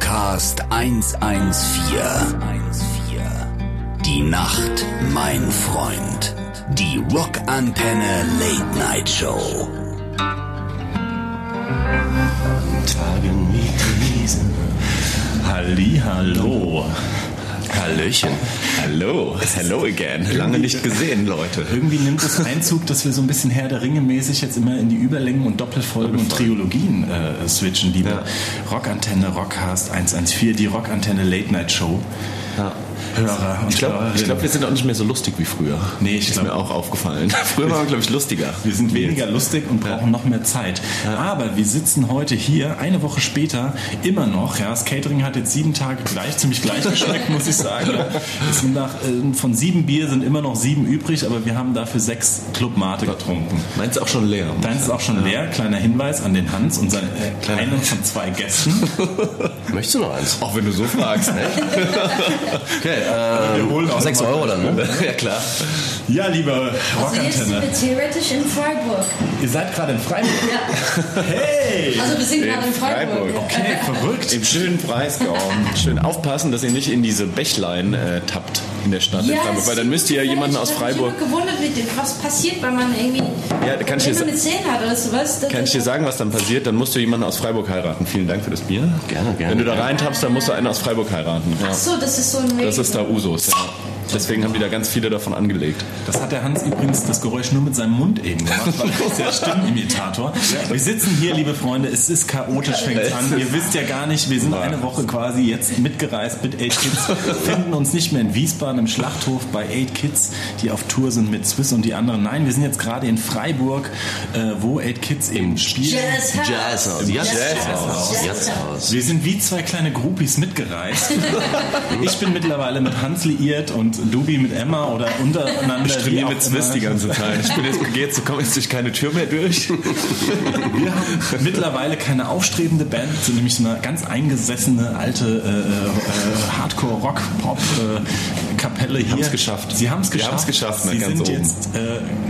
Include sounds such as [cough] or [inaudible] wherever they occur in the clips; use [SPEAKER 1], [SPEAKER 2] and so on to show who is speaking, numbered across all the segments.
[SPEAKER 1] Podcast 114. Die Nacht, mein Freund. Die Rockantenne Late Night Show.
[SPEAKER 2] Tagen wie diesen. Halli, hallo. Hallöchen. Hallo. Hello again.
[SPEAKER 3] Lange nicht gesehen, Leute.
[SPEAKER 2] Irgendwie nimmt es Einzug, dass wir so ein bisschen Herr der Ringe mäßig jetzt immer in die Überlängen und Doppelfolgen und Triologien äh, switchen, liebe
[SPEAKER 3] Ja.
[SPEAKER 2] Rockantenne Rockcast 114, die Rockantenne Late Night Show. Hörer und
[SPEAKER 3] Ich glaube,
[SPEAKER 2] Hörerinnen.
[SPEAKER 3] ich glaub, wir sind auch nicht mehr so lustig wie früher.
[SPEAKER 2] Nee, ich
[SPEAKER 3] Ist
[SPEAKER 2] glaub-
[SPEAKER 3] mir auch aufgefallen. [laughs] Früher waren wir, glaube ich, lustiger.
[SPEAKER 2] Wir sind weniger lustig und brauchen noch mehr Zeit. Aber wir sitzen heute hier, eine Woche später, immer noch. Ja, das Catering hat jetzt sieben Tage gleich, ziemlich gleich
[SPEAKER 3] [laughs]
[SPEAKER 2] geschmeckt, muss ich sagen. Ja. Es sind nach, äh, von sieben Bier sind immer noch sieben übrig, aber wir haben dafür sechs Club Mate getrunken.
[SPEAKER 3] Meins ist auch schon leer.
[SPEAKER 2] Deins ist auch schon leer. Kleiner Hinweis an den Hans und seine äh, einen von zwei Gästen.
[SPEAKER 4] Möchtest du noch eins?
[SPEAKER 3] Auch wenn du so fragst. ne?
[SPEAKER 4] [laughs]
[SPEAKER 3] ähm,
[SPEAKER 4] Okay, äh,
[SPEAKER 2] Wir holen auch
[SPEAKER 4] sechs
[SPEAKER 2] mal-
[SPEAKER 4] Euro dann, ne?
[SPEAKER 3] [laughs] ja, klar.
[SPEAKER 2] Ja, liebe
[SPEAKER 5] Also jetzt sind
[SPEAKER 2] Rockantenne,
[SPEAKER 5] wir theoretisch in Freiburg.
[SPEAKER 2] ihr seid gerade in Freiburg.
[SPEAKER 5] Ja.
[SPEAKER 2] Hey!
[SPEAKER 5] Also wir sind gerade in
[SPEAKER 3] Freiburg.
[SPEAKER 5] Freiburg.
[SPEAKER 2] Okay, verrückt.
[SPEAKER 3] Im schönen Breisgau. Schön aufpassen, dass ihr nicht in diese Bächlein äh, tappt in der Stadt. in
[SPEAKER 5] Ja,
[SPEAKER 3] Freiburg,
[SPEAKER 5] das
[SPEAKER 3] weil dann müsst ihr ja
[SPEAKER 5] ist
[SPEAKER 3] jemanden aus
[SPEAKER 5] völlig-
[SPEAKER 3] Freiburg.
[SPEAKER 5] Ich habe gewundert, mit dem, was passiert, wenn man irgendwie
[SPEAKER 3] Ja, da kann ich dir sa-
[SPEAKER 5] Probleme mit Zähnen hat oder sowas. Das-
[SPEAKER 3] Kann ich dir sagen, was dann passiert? Dann musst du jemanden aus Freiburg heiraten. Vielen Dank für das Bier.
[SPEAKER 4] Gerne, gerne.
[SPEAKER 3] Wenn du da reintappst, dann musst du einen aus Freiburg heiraten.
[SPEAKER 5] Ach so, das ist so ein
[SPEAKER 3] Das ist da Usus. Ja. Deswegen haben die da ganz viele davon angelegt.
[SPEAKER 2] Das hat der Hans übrigens das Geräusch nur mit seinem Mund eben gemacht, weil er ist ja Stimmenimitator. Wir sitzen hier, liebe Freunde, es ist chaotisch, fängt an. Ihr wisst ja gar nicht, wir sind eine Woche quasi jetzt mitgereist mit Eight Kids, finden uns nicht mehr in Wiesbaden im Schlachthof bei Eight Kids, die auf Tour sind mit Swiss und die anderen. Nein, wir sind jetzt gerade in Freiburg, äh, wo Eight Kids eben spielen.
[SPEAKER 5] Jazz House.
[SPEAKER 4] Jazzhaus. Ja, Jazzhaus.
[SPEAKER 5] Jazzhaus.
[SPEAKER 4] Jazzhaus.
[SPEAKER 2] Wir sind wie zwei kleine Groupies mitgereist. Ich bin mittlerweile mit Hans liiert und Dubi mit Emma oder untereinander.
[SPEAKER 3] Ich trainiere
[SPEAKER 2] wie auch
[SPEAKER 3] mit Swiss
[SPEAKER 2] immer.
[SPEAKER 3] die ganze Zeit. Ich bin jetzt begehrt, so komme jetzt durch keine Tür mehr durch.
[SPEAKER 2] Wir haben mittlerweile keine aufstrebende Band, sind nämlich so eine ganz eingesessene alte äh, äh, Hardcore-Rock-Pop-Kapelle hier.
[SPEAKER 3] haben's geschafft.
[SPEAKER 2] Sie haben es
[SPEAKER 3] Wir
[SPEAKER 2] geschafft.
[SPEAKER 3] haben's geschafft, ne,
[SPEAKER 2] Sie
[SPEAKER 3] ganz
[SPEAKER 2] sind
[SPEAKER 3] oben.
[SPEAKER 2] jetzt äh,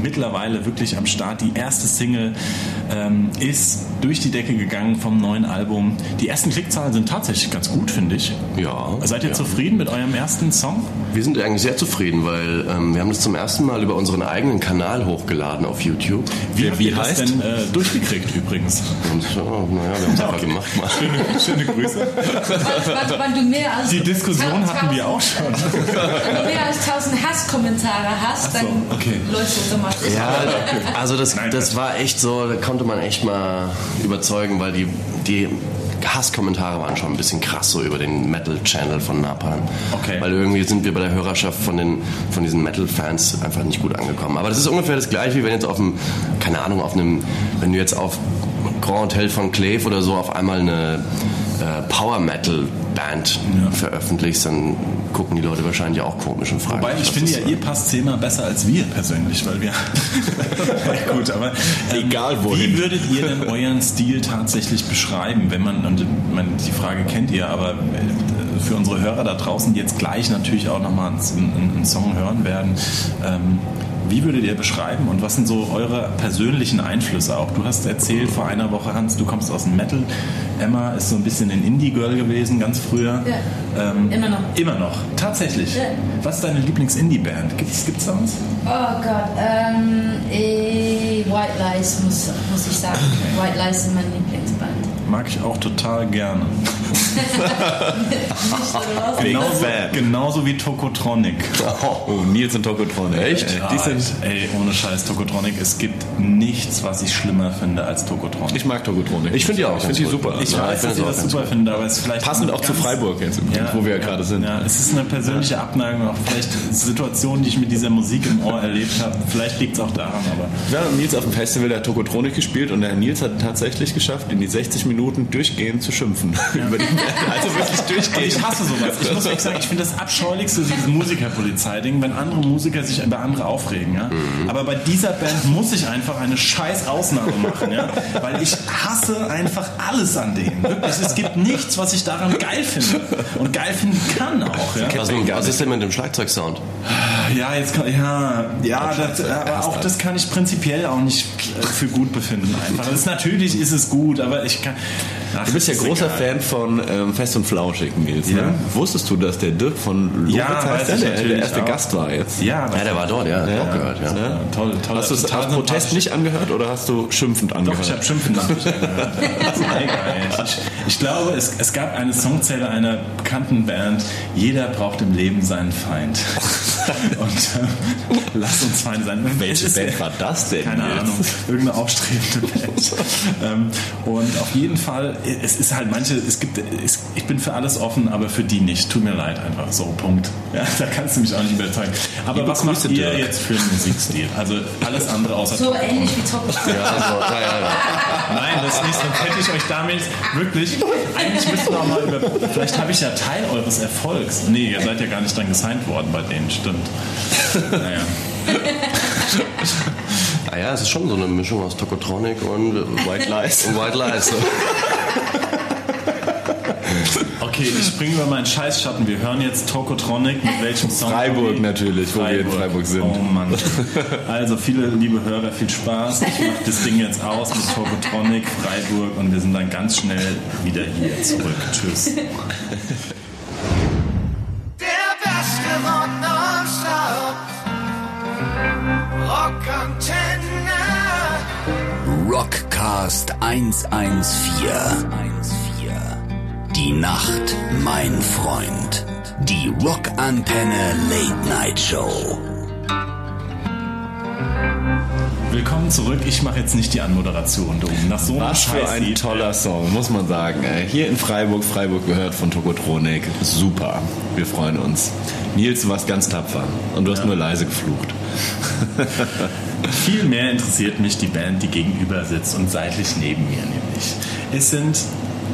[SPEAKER 2] mittlerweile wirklich am Start. Die erste Single ähm, ist durch die Decke gegangen vom neuen Album. Die ersten Klickzahlen sind tatsächlich ganz gut, finde ich.
[SPEAKER 4] Ja.
[SPEAKER 2] Seid ihr zufrieden mit eurem ersten Song?
[SPEAKER 4] Wir sind eigentlich sehr zufrieden, weil ähm, wir haben das zum ersten Mal über unseren eigenen Kanal hochgeladen auf YouTube.
[SPEAKER 2] Wie,
[SPEAKER 3] Wer
[SPEAKER 2] habt
[SPEAKER 3] wie
[SPEAKER 2] ihr das
[SPEAKER 3] heißt?
[SPEAKER 2] denn äh, durchgekriegt [laughs] übrigens?
[SPEAKER 4] Und ja, oh, naja, wir haben es einfach gemacht. Mal.
[SPEAKER 2] Schöne Grüße.
[SPEAKER 5] Warte, warte, wann du mehr als
[SPEAKER 2] Die Diskussion hatten wir auch schon.
[SPEAKER 5] Wenn du mehr als 1000 Hasskommentare hast,
[SPEAKER 2] so,
[SPEAKER 5] dann
[SPEAKER 2] okay.
[SPEAKER 5] läuft es automatisch.
[SPEAKER 4] Ja, also das, das war echt so, da konnte man echt mal überzeugen, weil die, die Hasskommentare waren schon ein bisschen krass so über den Metal-Channel von Napalm.
[SPEAKER 2] Okay.
[SPEAKER 4] Weil irgendwie sind wir bei der Hörerschaft von, den, von diesen Metal-Fans einfach nicht gut angekommen. Aber das ist ungefähr das gleiche, wie wenn jetzt auf einem, keine Ahnung, auf einem, wenn du jetzt auf Grand Hotel von Cleve oder so auf einmal eine äh, Power-Metal-Band veröffentlichst, dann gucken die Leute wahrscheinlich auch komisch und fragen.
[SPEAKER 2] Wobei,
[SPEAKER 4] sich,
[SPEAKER 2] ich
[SPEAKER 4] was
[SPEAKER 2] finde
[SPEAKER 4] das
[SPEAKER 2] ja, ihr passt zehnmal besser als wir persönlich, weil wir. [laughs] ja, gut, aber. ähm,
[SPEAKER 3] Egal wohin.
[SPEAKER 2] Wie würdet ihr denn euren Stil tatsächlich beschreiben, wenn man, und man, die Frage kennt ihr, aber äh, für unsere Hörer da draußen, die jetzt gleich natürlich auch nochmal einen, einen, einen Song hören werden, ähm, wie würdet ihr beschreiben und was sind so eure persönlichen Einflüsse auch? Du hast erzählt vor einer Woche, Hans, du kommst aus dem Metal. Emma ist so ein bisschen ein Indie-Girl gewesen, ganz früher.
[SPEAKER 5] Ja.
[SPEAKER 2] Ähm,
[SPEAKER 5] Immer noch.
[SPEAKER 2] Immer noch, tatsächlich.
[SPEAKER 5] Ja.
[SPEAKER 2] Was ist deine Lieblings-Indie-Band? Gibt's, gibt's da was?
[SPEAKER 5] Oh Gott, ähm, eh, White Lies muss, muss ich sagen. White Lies sind mein Lieblingsband.
[SPEAKER 2] Mag ich auch total gerne.
[SPEAKER 5] Nicht, oder was?
[SPEAKER 2] Genauso,
[SPEAKER 3] Fan.
[SPEAKER 2] genauso wie Tokotronic.
[SPEAKER 3] [laughs] Oh, Nils und Äh, Tokotron. Echt?
[SPEAKER 2] Ja,
[SPEAKER 3] Die sind,
[SPEAKER 2] ey, ohne Scheiß, Tokotronic. Es gibt nichts, was ich schlimmer finde als Tokotronic. Also,
[SPEAKER 3] ich mag Tokotron.
[SPEAKER 4] Ich find die auch
[SPEAKER 3] Ich finde die
[SPEAKER 4] ganz gut.
[SPEAKER 3] super.
[SPEAKER 2] Ich
[SPEAKER 4] Ja,
[SPEAKER 2] weiß,
[SPEAKER 4] ich finde
[SPEAKER 2] dass
[SPEAKER 4] es
[SPEAKER 2] ihr
[SPEAKER 4] auch
[SPEAKER 2] das
[SPEAKER 4] ganz
[SPEAKER 2] super findet, aber es ist vielleicht.
[SPEAKER 3] Passend
[SPEAKER 2] eine
[SPEAKER 3] auch zu
[SPEAKER 2] ganz-
[SPEAKER 3] Freiburg jetzt, übrigens, wo wir ja gerade sind.
[SPEAKER 2] Ja, es ist eine persönliche Abneigung, auch vielleicht Situationen, die ich mit dieser Musik im Ohr erlebt habe. Vielleicht liegt es auch daran, aber.
[SPEAKER 3] Ja, Nils auf dem Festival der Tokotronik gespielt und der Nils hat tatsächlich geschafft, in die 60 Minuten durchgehend zu schimpfen. [laughs] Über die Band. also wirklich
[SPEAKER 2] Und
[SPEAKER 3] durchgehend.
[SPEAKER 2] ich hasse sowas. Ich muss wirklich sagen, ich finde das abscheulichste dieses Musikerpolizei-Ding, wenn andere Musiker sich über andere aufregen. Ja?
[SPEAKER 3] Mhm.
[SPEAKER 2] Aber bei dieser Band muss ich einfach eine scheiß Ausnahme machen, ja? weil ich hasse einfach alles an denen. Wirklich, es gibt nichts, was ich daran geil finde und geil finden kann auch. Ja?
[SPEAKER 4] Was, was ist denn mit dem Schlagzeugsound?
[SPEAKER 2] Ja, jetzt kann, ja, ja, das, aber auch das kann ich prinzipiell auch nicht für gut befinden. Einfach. Das ist, natürlich ist es gut, aber ich kann. Ach,
[SPEAKER 3] Du bist ja
[SPEAKER 2] ist
[SPEAKER 3] großer
[SPEAKER 2] egal.
[SPEAKER 3] Fan von ähm, Fest und Flauschig, Nils.
[SPEAKER 2] Ja.
[SPEAKER 3] Ne? Wusstest du, dass der Dirk von Lorenz
[SPEAKER 2] Ja,
[SPEAKER 3] heißt,
[SPEAKER 2] weiß
[SPEAKER 3] der,
[SPEAKER 2] ich
[SPEAKER 3] der, der
[SPEAKER 2] natürlich
[SPEAKER 3] erste
[SPEAKER 2] auch.
[SPEAKER 3] Gast war jetzt? ne?
[SPEAKER 2] Ja, das
[SPEAKER 4] Ja, der war dort, ja. Hat auch gehört, ja.
[SPEAKER 2] ja, toll, toll.
[SPEAKER 3] Hast du es als Protest nicht angehört oder hast du schimpfend
[SPEAKER 2] Doch,
[SPEAKER 3] angehört?
[SPEAKER 2] ich habe Schimpfen nach mich angehört.
[SPEAKER 3] [laughs]
[SPEAKER 2] Das ist egal. Ich, ich glaube, es, es gab eine Songzelle einer bekannten Band, jeder braucht im Leben
[SPEAKER 3] [laughs]
[SPEAKER 2] seinen Feind. Und äh, lass uns Feind sein.
[SPEAKER 3] Welche
[SPEAKER 2] Es ist-
[SPEAKER 3] Band war das denn?
[SPEAKER 2] Keine
[SPEAKER 3] jetzt?
[SPEAKER 2] Ahnung, irgendeine aufstrebende Band. ähm, und auf jeden Fall, es ist halt manche, es gibt, es, ich bin für alles offen, aber für die nicht. Tut mir leid einfach, so, Punkt. Ja, da kannst du mich auch nicht überzeugen. Aber was macht
[SPEAKER 3] Grüße,
[SPEAKER 2] ihr
[SPEAKER 3] Dirk.
[SPEAKER 2] jetzt für einen Musikstil? Also alles andere außer
[SPEAKER 5] So ähnlich wie Top
[SPEAKER 4] Ja, so, ja, ja, ja.
[SPEAKER 2] Nein, das nicht, sonst hätte ich euch damit wirklich. Eigentlich müssten wir auch mal über. Vielleicht habe ich ja Teil eures Erfolgs. Nee, ihr seid ja gar nicht dran gesigned worden bei denen, stimmt. Naja.
[SPEAKER 4] Ah ja, es ist schon so eine Mischung aus Tokotronic und White Lies. [laughs] Und White Lies. ne? so.
[SPEAKER 2] Okay, ich springe über meinen Scheißschatten. Wir hören jetzt Tokotronic mit welchem Song?
[SPEAKER 3] Freiburg natürlich, wo wir in Freiburg sind.
[SPEAKER 2] Oh Mann. Also, viele liebe Hörer, viel Spaß. Ich mache das Ding jetzt aus mit Tokotronic, Freiburg und wir sind dann ganz schnell wieder hier zurück. Tschüss.
[SPEAKER 6] Der beste Rock nonstop. Rock Antenne.
[SPEAKER 1] Rockcast 114. Die Nacht, mein Freund. Die Rockantenne Late Night Show.
[SPEAKER 2] Willkommen zurück. Ich mache jetzt nicht die Anmoderation, du. Nach so einem
[SPEAKER 3] Was für ein
[SPEAKER 2] Scheiß-Lied.
[SPEAKER 3] toller Song, muss man sagen. ey. Hier in Freiburg, Freiburg gehört von Tokotronik. Super, wir freuen uns. Nils, du warst ganz tapfer und du hast nur leise geflucht.
[SPEAKER 2] Viel mehr interessiert mich die Band, die gegenüber sitzt und seitlich neben mir nämlich. Es sind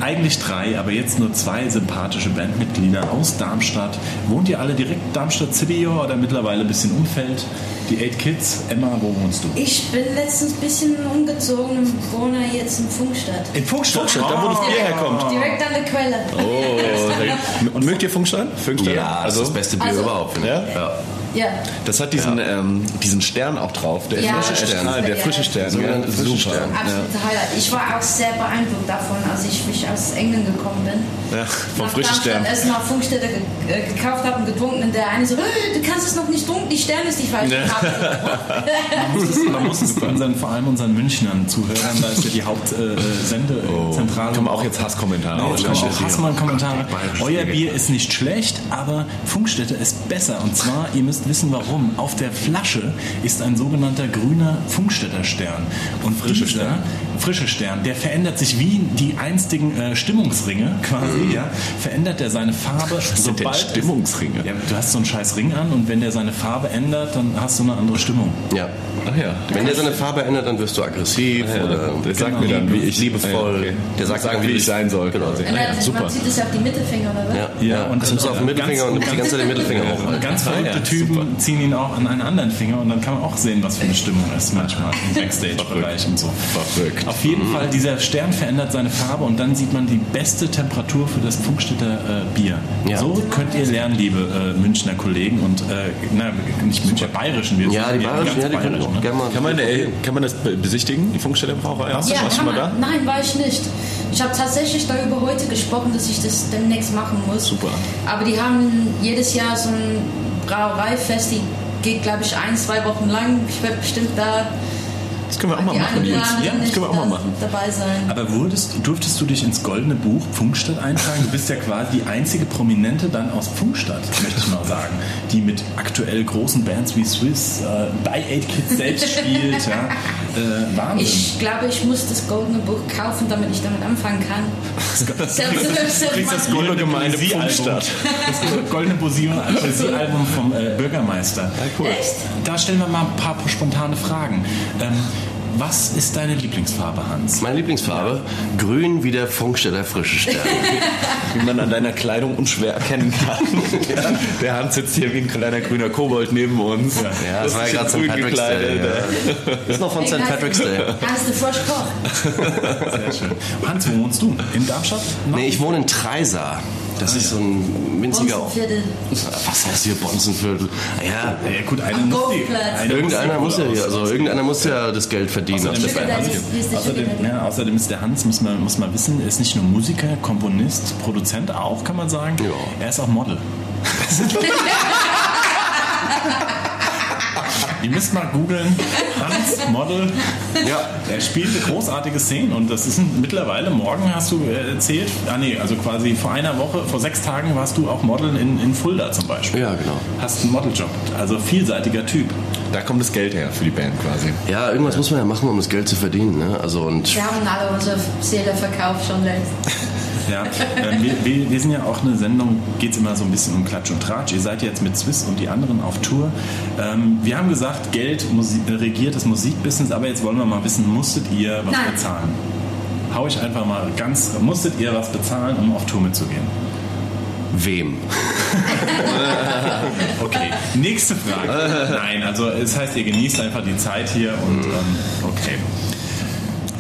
[SPEAKER 2] eigentlich drei, aber jetzt nur zwei sympathische Bandmitglieder aus Darmstadt. Wohnt ihr alle direkt Darmstadt City oder mittlerweile ein bisschen Umfeld? Die Eight Kids. Emma, wo wohnst du?
[SPEAKER 3] [laughs]
[SPEAKER 5] Ich bin letztens ein bisschen umgezogen und wohne jetzt in Funkstadt.
[SPEAKER 2] In Funkstadt. Funkstadt,
[SPEAKER 3] da wo das Bier herkommt.
[SPEAKER 5] Direkt an der Quelle.
[SPEAKER 3] Oh. Und mögt ihr Funkstein? Funkstein?
[SPEAKER 4] Ja, das ist das beste Bier
[SPEAKER 5] Also-
[SPEAKER 4] überhaupt. finde ich.
[SPEAKER 3] Ja?
[SPEAKER 4] ja.
[SPEAKER 5] Ja.
[SPEAKER 3] Das hat diesen, ähm, diesen Stern auch drauf. Der
[SPEAKER 5] Ja.
[SPEAKER 3] frische Stern.
[SPEAKER 5] Ja.
[SPEAKER 3] der frische Stern.
[SPEAKER 4] Sogenannte
[SPEAKER 3] ja.
[SPEAKER 4] frische
[SPEAKER 3] Super.
[SPEAKER 4] Stern.
[SPEAKER 5] Absolute Highlight. Ich war auch sehr beeindruckt davon, als ich mich aus England gekommen bin.
[SPEAKER 3] Ja, vom
[SPEAKER 5] Nach
[SPEAKER 3] frischen
[SPEAKER 5] Darmstadt
[SPEAKER 3] Stern.
[SPEAKER 5] erstmal Funkstätte ge äh, gekauft habe und getrunken und der eine so, "Äh, du kannst es noch nicht trinken, die Sterne ist nicht falsch.
[SPEAKER 3] [laughs]
[SPEAKER 2] Man muss es unseren, vor allem unseren Münchnern zuhören, da ist ja die äh, Hauptsendezentrale.
[SPEAKER 3] Kommen Oh. auch jetzt Hasskommentare.
[SPEAKER 2] Ja,
[SPEAKER 3] auf
[SPEAKER 2] jetzt kommen auch
[SPEAKER 3] Stern.
[SPEAKER 2] Hassmann Kommentare.
[SPEAKER 4] Bayerisches
[SPEAKER 2] Euer
[SPEAKER 4] Bier.
[SPEAKER 2] Bier ist nicht schlecht, aber Funkstätte ist besser. Und zwar, ihr müsst wissen warum. Auf der Flasche ist ein sogenannter grüner Funkstätter Stern. Und frische dieser, Stern. Frische Stern, der verändert sich wie die einstigen äh, Stimmungsringe quasi, ja, verändert er seine Farbe.
[SPEAKER 3] Mhm. sind denn Stimmungsringe?
[SPEAKER 2] Ja, du hast so einen scheiß Ring an und wenn der seine Farbe ändert, dann hast du eine andere Stimmung.
[SPEAKER 4] ja.
[SPEAKER 3] Ach ja.
[SPEAKER 4] Wenn der seine Farbe ändert, dann wirst du aggressiv. Oder
[SPEAKER 3] Der sagt mir dann, wie ich
[SPEAKER 4] liebevoll.
[SPEAKER 3] Ja, okay.
[SPEAKER 4] Der sagt
[SPEAKER 3] Sagen,
[SPEAKER 4] mir,
[SPEAKER 3] wie ich sein soll.
[SPEAKER 4] Genau.
[SPEAKER 3] quasi.
[SPEAKER 5] Und
[SPEAKER 3] Ah ja,
[SPEAKER 5] dann,
[SPEAKER 3] super.
[SPEAKER 5] Man zieht es ja auf die Mittelfinger oder was?
[SPEAKER 4] Ja,
[SPEAKER 2] Ja,
[SPEAKER 4] ja.
[SPEAKER 2] und
[SPEAKER 4] Und das nimmst du auf den
[SPEAKER 2] ganz-
[SPEAKER 4] Mittelfinger und nimmst die ganze Zeit den [laughs] Mittelfinger hoch. Alter.
[SPEAKER 2] Ganz
[SPEAKER 3] Ah,
[SPEAKER 2] verrückte
[SPEAKER 3] ja,
[SPEAKER 2] Typen
[SPEAKER 3] super.
[SPEAKER 2] ziehen ihn auch an einen anderen Finger und dann kann man auch sehen, was für eine Stimmung ist manchmal im Backstage-Bereich und so.
[SPEAKER 3] Verrückt.
[SPEAKER 2] Auf jeden
[SPEAKER 4] Mhm.
[SPEAKER 2] Fall, dieser Stern verändert seine Farbe und dann sieht man die beste Temperatur für das Funkstädter äh, Bier.
[SPEAKER 4] Ja.
[SPEAKER 2] So könnt ihr lernen, liebe äh, Münchner Kollegen und äh, na, nicht Münchner, bayerischen. Wir
[SPEAKER 4] Ja, die
[SPEAKER 2] sind
[SPEAKER 4] bayerischen, ja,
[SPEAKER 2] ganz
[SPEAKER 4] die können auch
[SPEAKER 2] ne?
[SPEAKER 4] gerne mal.
[SPEAKER 3] Kann man, äh, kann man das be- besichtigen, die Funkstelle brauche? Hast du
[SPEAKER 5] Ja,
[SPEAKER 3] warst du schon mal da?
[SPEAKER 5] Hammer. Nein, war ich nicht. Ich habe tatsächlich darüber heute gesprochen, dass ich das demnächst machen muss.
[SPEAKER 3] Super.
[SPEAKER 5] Aber die haben jedes Jahr so ein Brauereifest, die geht, glaube ich, ein, zwei Wochen lang. Ich werde bestimmt da
[SPEAKER 3] Das können wir auch mal
[SPEAKER 5] die
[SPEAKER 3] machen,
[SPEAKER 5] eine oder
[SPEAKER 3] Nils.
[SPEAKER 5] andere
[SPEAKER 3] Ja, das
[SPEAKER 5] nicht
[SPEAKER 3] können wir auch mal
[SPEAKER 5] da-
[SPEAKER 3] machen.
[SPEAKER 5] dabei sein.
[SPEAKER 2] Aber wurdest, durftest du dich ins goldene Buch Funkstadt eintragen? Du bist ja quasi die einzige Prominente dann aus Funkstadt, möchte ich mal sagen, die mit aktuell großen Bands wie Swiss äh, bei 8 Kids selbst spielt. Ja. Äh, Wahnsinn.
[SPEAKER 5] Ich glaube, ich muss das Goldene Buch kaufen, damit ich damit anfangen kann. [laughs] Selbst- selbst
[SPEAKER 2] kriegst das
[SPEAKER 5] mein-
[SPEAKER 2] goldene
[SPEAKER 3] Gemeinde
[SPEAKER 2] Poesiealbum.
[SPEAKER 3] Funkstadt.
[SPEAKER 2] Das goldene Poesiealbum vom äh, Bürgermeister.
[SPEAKER 5] Echt?
[SPEAKER 2] Da stellen wir mal ein paar spontane Fragen. Ähm, was ist deine Lieblingsfarbe, Hans?
[SPEAKER 4] Meine Lieblingsfarbe, grün wie der Funkstätter frische Stern.
[SPEAKER 3] Wie man an deiner Kleidung unschwer erkennen
[SPEAKER 2] [laughs]
[SPEAKER 3] kann. Der Hans sitzt hier wie ein kleiner grüner Kobold neben uns.
[SPEAKER 4] Ja, das war
[SPEAKER 3] Lustig in
[SPEAKER 4] ja gerade St.
[SPEAKER 3] grün
[SPEAKER 4] Patrick's Day.
[SPEAKER 3] gekleidet.
[SPEAKER 4] Ja. Das ist noch von St. Patrick's Day.
[SPEAKER 5] Hans the Fresh Koch.
[SPEAKER 3] [laughs]
[SPEAKER 2] Sehr schön. Hans, wo wohnst du? In Darmstadt?
[SPEAKER 4] Nee, ich wohne in Treisa. Das ist so ein winziger.
[SPEAKER 5] Viertel.
[SPEAKER 4] Was heißt hier Bonzenviertel? Ja,
[SPEAKER 2] Ja, gut, einer muss die,
[SPEAKER 5] Golfplatz.
[SPEAKER 2] einer
[SPEAKER 4] irgendeiner
[SPEAKER 2] muss
[SPEAKER 4] muss
[SPEAKER 2] die
[SPEAKER 4] ja
[SPEAKER 2] Kohle
[SPEAKER 4] hier,
[SPEAKER 2] aus-
[SPEAKER 4] also irgendeiner muss ja das Geld verdienen auf der
[SPEAKER 2] Außerdem,
[SPEAKER 5] Band.
[SPEAKER 4] Welt.
[SPEAKER 5] Hans-
[SPEAKER 2] außerdem, ja, außerdem ist der Hans, muss man, muss man wissen, ist nicht nur Musiker, Komponist, Produzent auch, kann man sagen.
[SPEAKER 4] Ja.
[SPEAKER 2] Er ist auch Model. Ihr müsst mal googeln, Hans Model.
[SPEAKER 4] Ja,
[SPEAKER 2] Er spielt großartige Szenen und das ist ein, mittlerweile, morgen hast du äh, erzählt, ah nee, also quasi vor einer Woche, vor sechs Tagen warst du auch Model in, in Fulda zum Beispiel.
[SPEAKER 4] ja, genau.
[SPEAKER 2] Hast einen Modeljob, also vielseitiger Typ.
[SPEAKER 3] Da kommt das Geld her für die Band quasi.
[SPEAKER 4] Ja, irgendwas muss man ja machen, um das Geld zu verdienen. Ne? Also und
[SPEAKER 5] Wir haben alle unsere Seele verkauft
[SPEAKER 3] [laughs]
[SPEAKER 5] schon längst.
[SPEAKER 2] Ja, ähm, wir, wir, wir sind ja auch eine Sendung, geht es immer so ein bisschen um Klatsch und Tratsch. Ihr seid jetzt mit Swiss und die anderen auf Tour. Ähm, wir haben gesagt, Geld Musi äh, regiert das Musikbusiness, aber jetzt wollen wir mal wissen, musstet ihr was
[SPEAKER 5] Nein.
[SPEAKER 2] bezahlen? Hau ich einfach mal ganz, musstet ihr was bezahlen, um auf Tour mitzugehen?
[SPEAKER 4] wem?
[SPEAKER 2] Okay, nächste
[SPEAKER 3] [laughs]
[SPEAKER 2] Frage. Nein, also es heißt, ihr genießt einfach die Zeit hier und ähm, okay.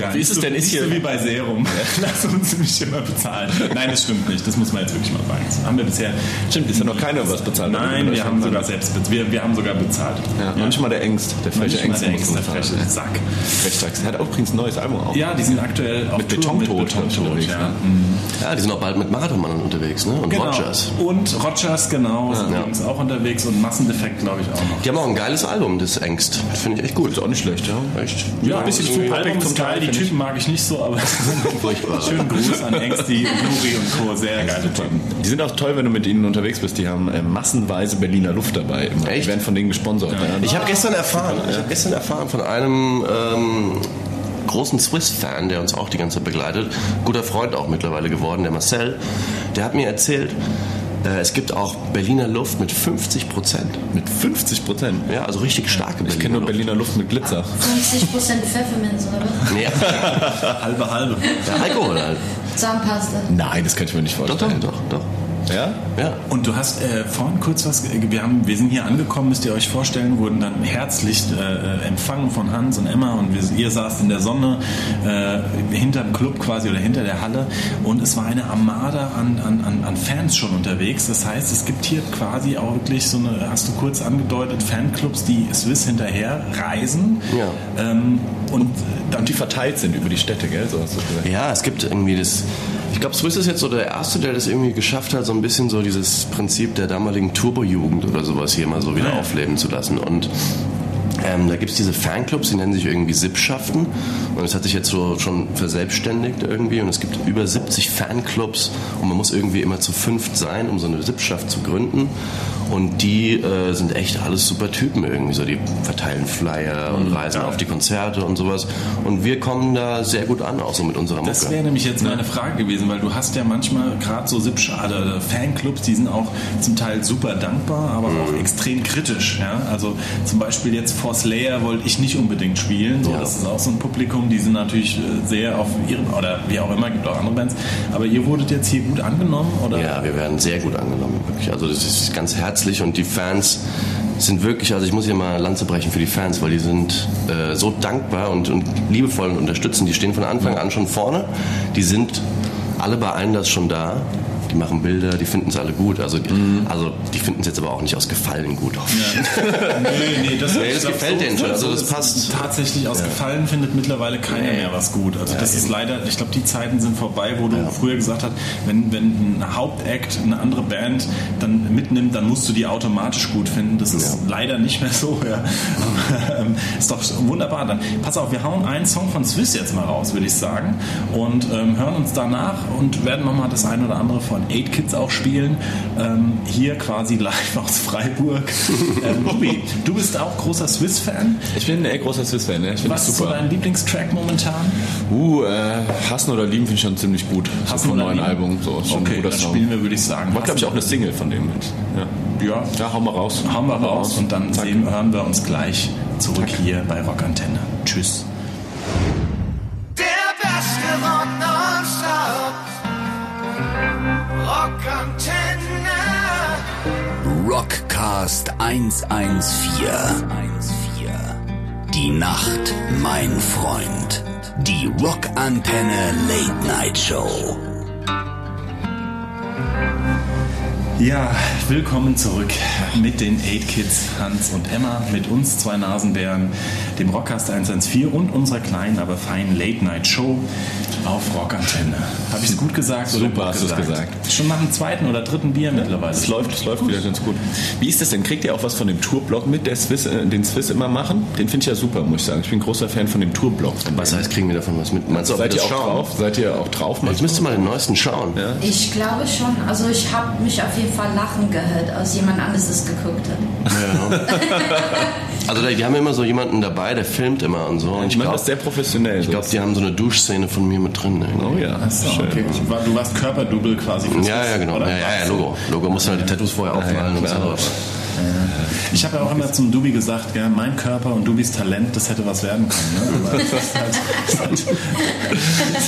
[SPEAKER 2] Ja,
[SPEAKER 3] Mm. Wie ist
[SPEAKER 2] nicht
[SPEAKER 3] es
[SPEAKER 2] so-
[SPEAKER 3] denn? Ist
[SPEAKER 2] nicht
[SPEAKER 3] hier-
[SPEAKER 2] so wie bei Serum. [laughs] Lass uns nicht immer bezahlen. Nein, das stimmt nicht. Das muss man jetzt wirklich mal sagen. Das haben wir bisher. Stimmt,
[SPEAKER 3] Ist ja noch keiner was bezahlt.
[SPEAKER 2] Nein,
[SPEAKER 3] Oder?
[SPEAKER 2] wir haben sogar selbst bez- wir, wir haben sogar bezahlt.
[SPEAKER 3] Ja, Manchmal der Ängst, der freche
[SPEAKER 2] Manchmal
[SPEAKER 3] Ängst.
[SPEAKER 2] der
[SPEAKER 3] muss
[SPEAKER 2] Ängste, der
[SPEAKER 3] man
[SPEAKER 2] freche
[SPEAKER 3] sagen.
[SPEAKER 2] Sack.
[SPEAKER 3] Frechtags. Er hat auch übrigens ein neues Album auf.
[SPEAKER 2] Ja, die sind aktuell auf
[SPEAKER 3] Mit
[SPEAKER 2] Tour
[SPEAKER 3] Betontod
[SPEAKER 2] mit Betontod
[SPEAKER 3] unterwegs,
[SPEAKER 2] ja.
[SPEAKER 3] ne?
[SPEAKER 4] Ja, die sind auch bald mit Marathonmann unterwegs, ne?
[SPEAKER 2] Genau.
[SPEAKER 4] Und Rogers.
[SPEAKER 2] Und Rogers, genau, sind
[SPEAKER 4] Ja.
[SPEAKER 2] übrigens auch unterwegs und Massendefekt, glaube ich, auch noch.
[SPEAKER 4] Die haben auch ein geiles Album, das Ängst. Finde ich echt gut. Ist auch nicht schlecht, ja. Echt?
[SPEAKER 2] Ja, ein bisschen zu
[SPEAKER 3] Album
[SPEAKER 2] Album
[SPEAKER 3] zum
[SPEAKER 2] ist geil,
[SPEAKER 3] Teil,
[SPEAKER 2] Also, die
[SPEAKER 3] find ich.
[SPEAKER 2] Typen mag ich nicht so, aber [laughs]
[SPEAKER 4] Furchtbar.
[SPEAKER 2] schönen Gruß an Ängsti, Nuri und Co. Sehr geile Typen.
[SPEAKER 3] Die sind auch toll, wenn du mit ihnen unterwegs bist. Die haben äh, massenweise Berliner Luft dabei. Immer.
[SPEAKER 4] Echt?
[SPEAKER 3] Die werden von denen gesponsert. Ja.
[SPEAKER 4] Ich habe gestern erfahren, ich habe gestern erfahren von einem ähm, großen Swiss-Fan, der uns auch die ganze Zeit begleitet, guter Freund auch mittlerweile geworden, der Marcel, der hat mir erzählt, äh, es gibt auch Berliner Luft mit 50 Prozent.
[SPEAKER 3] mit 50 Prozent.
[SPEAKER 4] Ja, also richtig starke
[SPEAKER 3] Ich kenne nur
[SPEAKER 4] Berliner Luft.
[SPEAKER 3] Berliner Luft mit Glitzer.
[SPEAKER 5] 50% Pfefferminz oder was?
[SPEAKER 4] Nee,
[SPEAKER 2] Halbe, halbe.
[SPEAKER 4] ja, Alkohol halt.
[SPEAKER 5] Zahnpasta.
[SPEAKER 3] Nein, das könnte ich mir nicht
[SPEAKER 4] Doch, doch,
[SPEAKER 3] vorstellen.
[SPEAKER 4] doch, doch.
[SPEAKER 3] Ja?
[SPEAKER 4] Ja.
[SPEAKER 2] Und du hast äh, vorhin kurz was, ge- wir, haben, wir sind hier angekommen, müsst ihr euch vorstellen, wurden dann herzlich äh, empfangen von Hans und Emma und wir, ihr saßt in der Sonne äh, hinterm Club quasi oder hinter der Halle und es war eine Armada an, an, an, an Fans schon unterwegs. Das heißt, es gibt hier quasi auch wirklich so eine, hast du kurz angedeutet, Fanclubs, die Swiss hinterher reisen
[SPEAKER 4] Ja.
[SPEAKER 2] ähm, und dann
[SPEAKER 3] Und die verteilt sind über die Städte, gell? So hast du gesagt.
[SPEAKER 4] Ja, es gibt irgendwie das. Ich glaube, Swiss ist jetzt so der Erste, der das irgendwie geschafft hat, so ein bisschen so dieses Prinzip der damaligen Turbo-Jugend oder sowas hier mal so wieder aufleben zu lassen. Und ähm, da gibt's diese Fanclubs, die nennen sich irgendwie Sippschaften. Und es hat sich jetzt so schon verselbstständigt irgendwie. Und es gibt über 70 Fanclubs. Und man muss irgendwie immer zu fünft sein, um so eine Sippschaft zu gründen. Und die äh, sind echt alles super Typen irgendwie. So, die verteilen Flyer und reisen auf die Konzerte und sowas. Und wir kommen da sehr gut an, auch so mit unserer Mucke.
[SPEAKER 2] Das wäre nämlich jetzt meine Frage gewesen, weil du hast ja manchmal gerade so Sippschade oder Fanclubs, die sind auch zum Teil super dankbar, aber auch
[SPEAKER 4] Mhm.
[SPEAKER 2] extrem kritisch. Ja? Also zum Beispiel jetzt For Slayer wollte ich nicht unbedingt spielen. So,
[SPEAKER 4] Ja.
[SPEAKER 2] Das ist auch so ein Publikum, die sind natürlich äh, sehr auf ihren, oder wie auch immer, gibt auch andere Bands. Aber ihr wurdet jetzt hier gut angenommen, oder?
[SPEAKER 4] Ja, wir werden sehr gut angenommen, wirklich. Also das ist ganz herzlich und die Fans sind wirklich, also ich muss hier mal Lanze brechen für die Fans, weil die sind äh, so dankbar und, und liebevoll und unterstützen. Die stehen von Anfang an schon vorne. Die sind alle bei Einlass schon da. Die machen Bilder, die finden es alle gut. Also,
[SPEAKER 7] Mhm.
[SPEAKER 4] also die finden es jetzt aber auch nicht aus Gefallen gut.
[SPEAKER 2] Nee, nee, das,
[SPEAKER 4] Nee, das
[SPEAKER 2] ich glaub,
[SPEAKER 4] gefällt denen schon. Also das
[SPEAKER 2] ist
[SPEAKER 4] passt.
[SPEAKER 2] Tatsächlich aus Gefallen findet mittlerweile keiner mehr was gut. Also das ist leider, ich glaube, die Zeiten sind vorbei, wo du früher gesagt hast, wenn, wenn ein Hauptact eine andere Band dann mitnimmt, dann musst du die automatisch gut finden. Das ist leider nicht mehr so. Ja. Aber, ähm, ist doch wunderbar. Dann pass auf, wir hauen einen Song von Swiss jetzt mal raus, würde ich sagen, und ähm, hören uns danach und werden nochmal das ein oder andere von Eight Kids auch spielen. Ähm, hier quasi live aus Freiburg. ähm, Ruby, du bist auch großer Swiss-Fan.
[SPEAKER 3] Ich bin ein eher großer Swiss-Fan, ne? Ich finde
[SPEAKER 2] Was
[SPEAKER 3] das
[SPEAKER 2] ist so
[SPEAKER 3] super.
[SPEAKER 2] dein Lieblingstrack momentan?
[SPEAKER 3] Uh, äh, Hassen oder Lieben finde ich schon ziemlich gut. So
[SPEAKER 2] Hassen
[SPEAKER 3] vom
[SPEAKER 2] oder
[SPEAKER 3] neuen
[SPEAKER 2] Lieben?
[SPEAKER 3] Album. So, ist schon ein
[SPEAKER 2] Okay,
[SPEAKER 3] guter
[SPEAKER 2] dann
[SPEAKER 3] Song.
[SPEAKER 2] spielen wir, würde ich sagen.
[SPEAKER 3] War, glaube ich, auch eine Single von dem mit. Ja,
[SPEAKER 2] Ja,
[SPEAKER 3] ja hau mal raus.
[SPEAKER 2] hauen wir raus und dann
[SPEAKER 3] Zack.
[SPEAKER 2] sehen, hören wir uns gleich zurück hier bei Rockantenne. Tschüss.
[SPEAKER 6] Der beste Rock nonstop. Rockantenne.
[SPEAKER 1] Rockcast 114. Die Nacht, mein Freund. Die Rockantenne Late Night Show.
[SPEAKER 2] Ja, willkommen zurück mit den 8 Kids, Hans und Emma, mit uns zwei Nasenbären, dem Rockcast 114 und unserer kleinen, aber feinen Late-Night-Show auf Rockantenne. Habe [laughs] ich es gut gesagt? oder
[SPEAKER 3] Super
[SPEAKER 2] gut
[SPEAKER 3] hast du's gesagt.
[SPEAKER 2] Schon nach dem zweiten oder dritten Bier mittlerweile.
[SPEAKER 7] Es läuft, es läuft wieder ganz gut. Wie ist das denn? Kriegt ihr auch was von dem Tourblock mit, der Swiss, äh, den Swiss immer machen? Den finde ich ja super, muss ich sagen. Ich bin großer Fan von dem Tourblock. Von
[SPEAKER 4] Was heißt, kriegen wir davon was mit? Meinst du, ob wir
[SPEAKER 7] Seid ihr
[SPEAKER 4] das
[SPEAKER 7] auch
[SPEAKER 4] schauen?
[SPEAKER 7] drauf? Seid ihr auch drauf?
[SPEAKER 4] Ich müsste mal den neuesten schauen.
[SPEAKER 7] Ja.
[SPEAKER 5] Ich glaube schon. Also ich habe mich auf jeden Fall lachen gehört, als jemand anderes es geguckt hat.
[SPEAKER 4] Also da- die haben immer so jemanden dabei, der filmt immer und so. Und
[SPEAKER 7] Ich
[SPEAKER 4] ich
[SPEAKER 7] meine, das ist
[SPEAKER 4] glaube,
[SPEAKER 7] sehr professionell.
[SPEAKER 4] glaub, die haben so eine Duschszene von mir mit drin. ne? irgendwie.
[SPEAKER 7] oh ja,
[SPEAKER 2] Ach so, okay. Ich war, du warst Körperdouble quasi. fürs
[SPEAKER 4] Ja, ja,
[SPEAKER 2] Kids,
[SPEAKER 4] genau.
[SPEAKER 2] oder?
[SPEAKER 4] Ja, ja, ja, Logo. Logo muss halt die Tattoos vorher auffallen und so.
[SPEAKER 2] Ich habe ja auch immer zum Dubi gesagt, gell, mein Körper und Dubis Talent, das hätte was
[SPEAKER 4] [laughs]
[SPEAKER 2] werden können. Ne? Aber das ist halt, das ist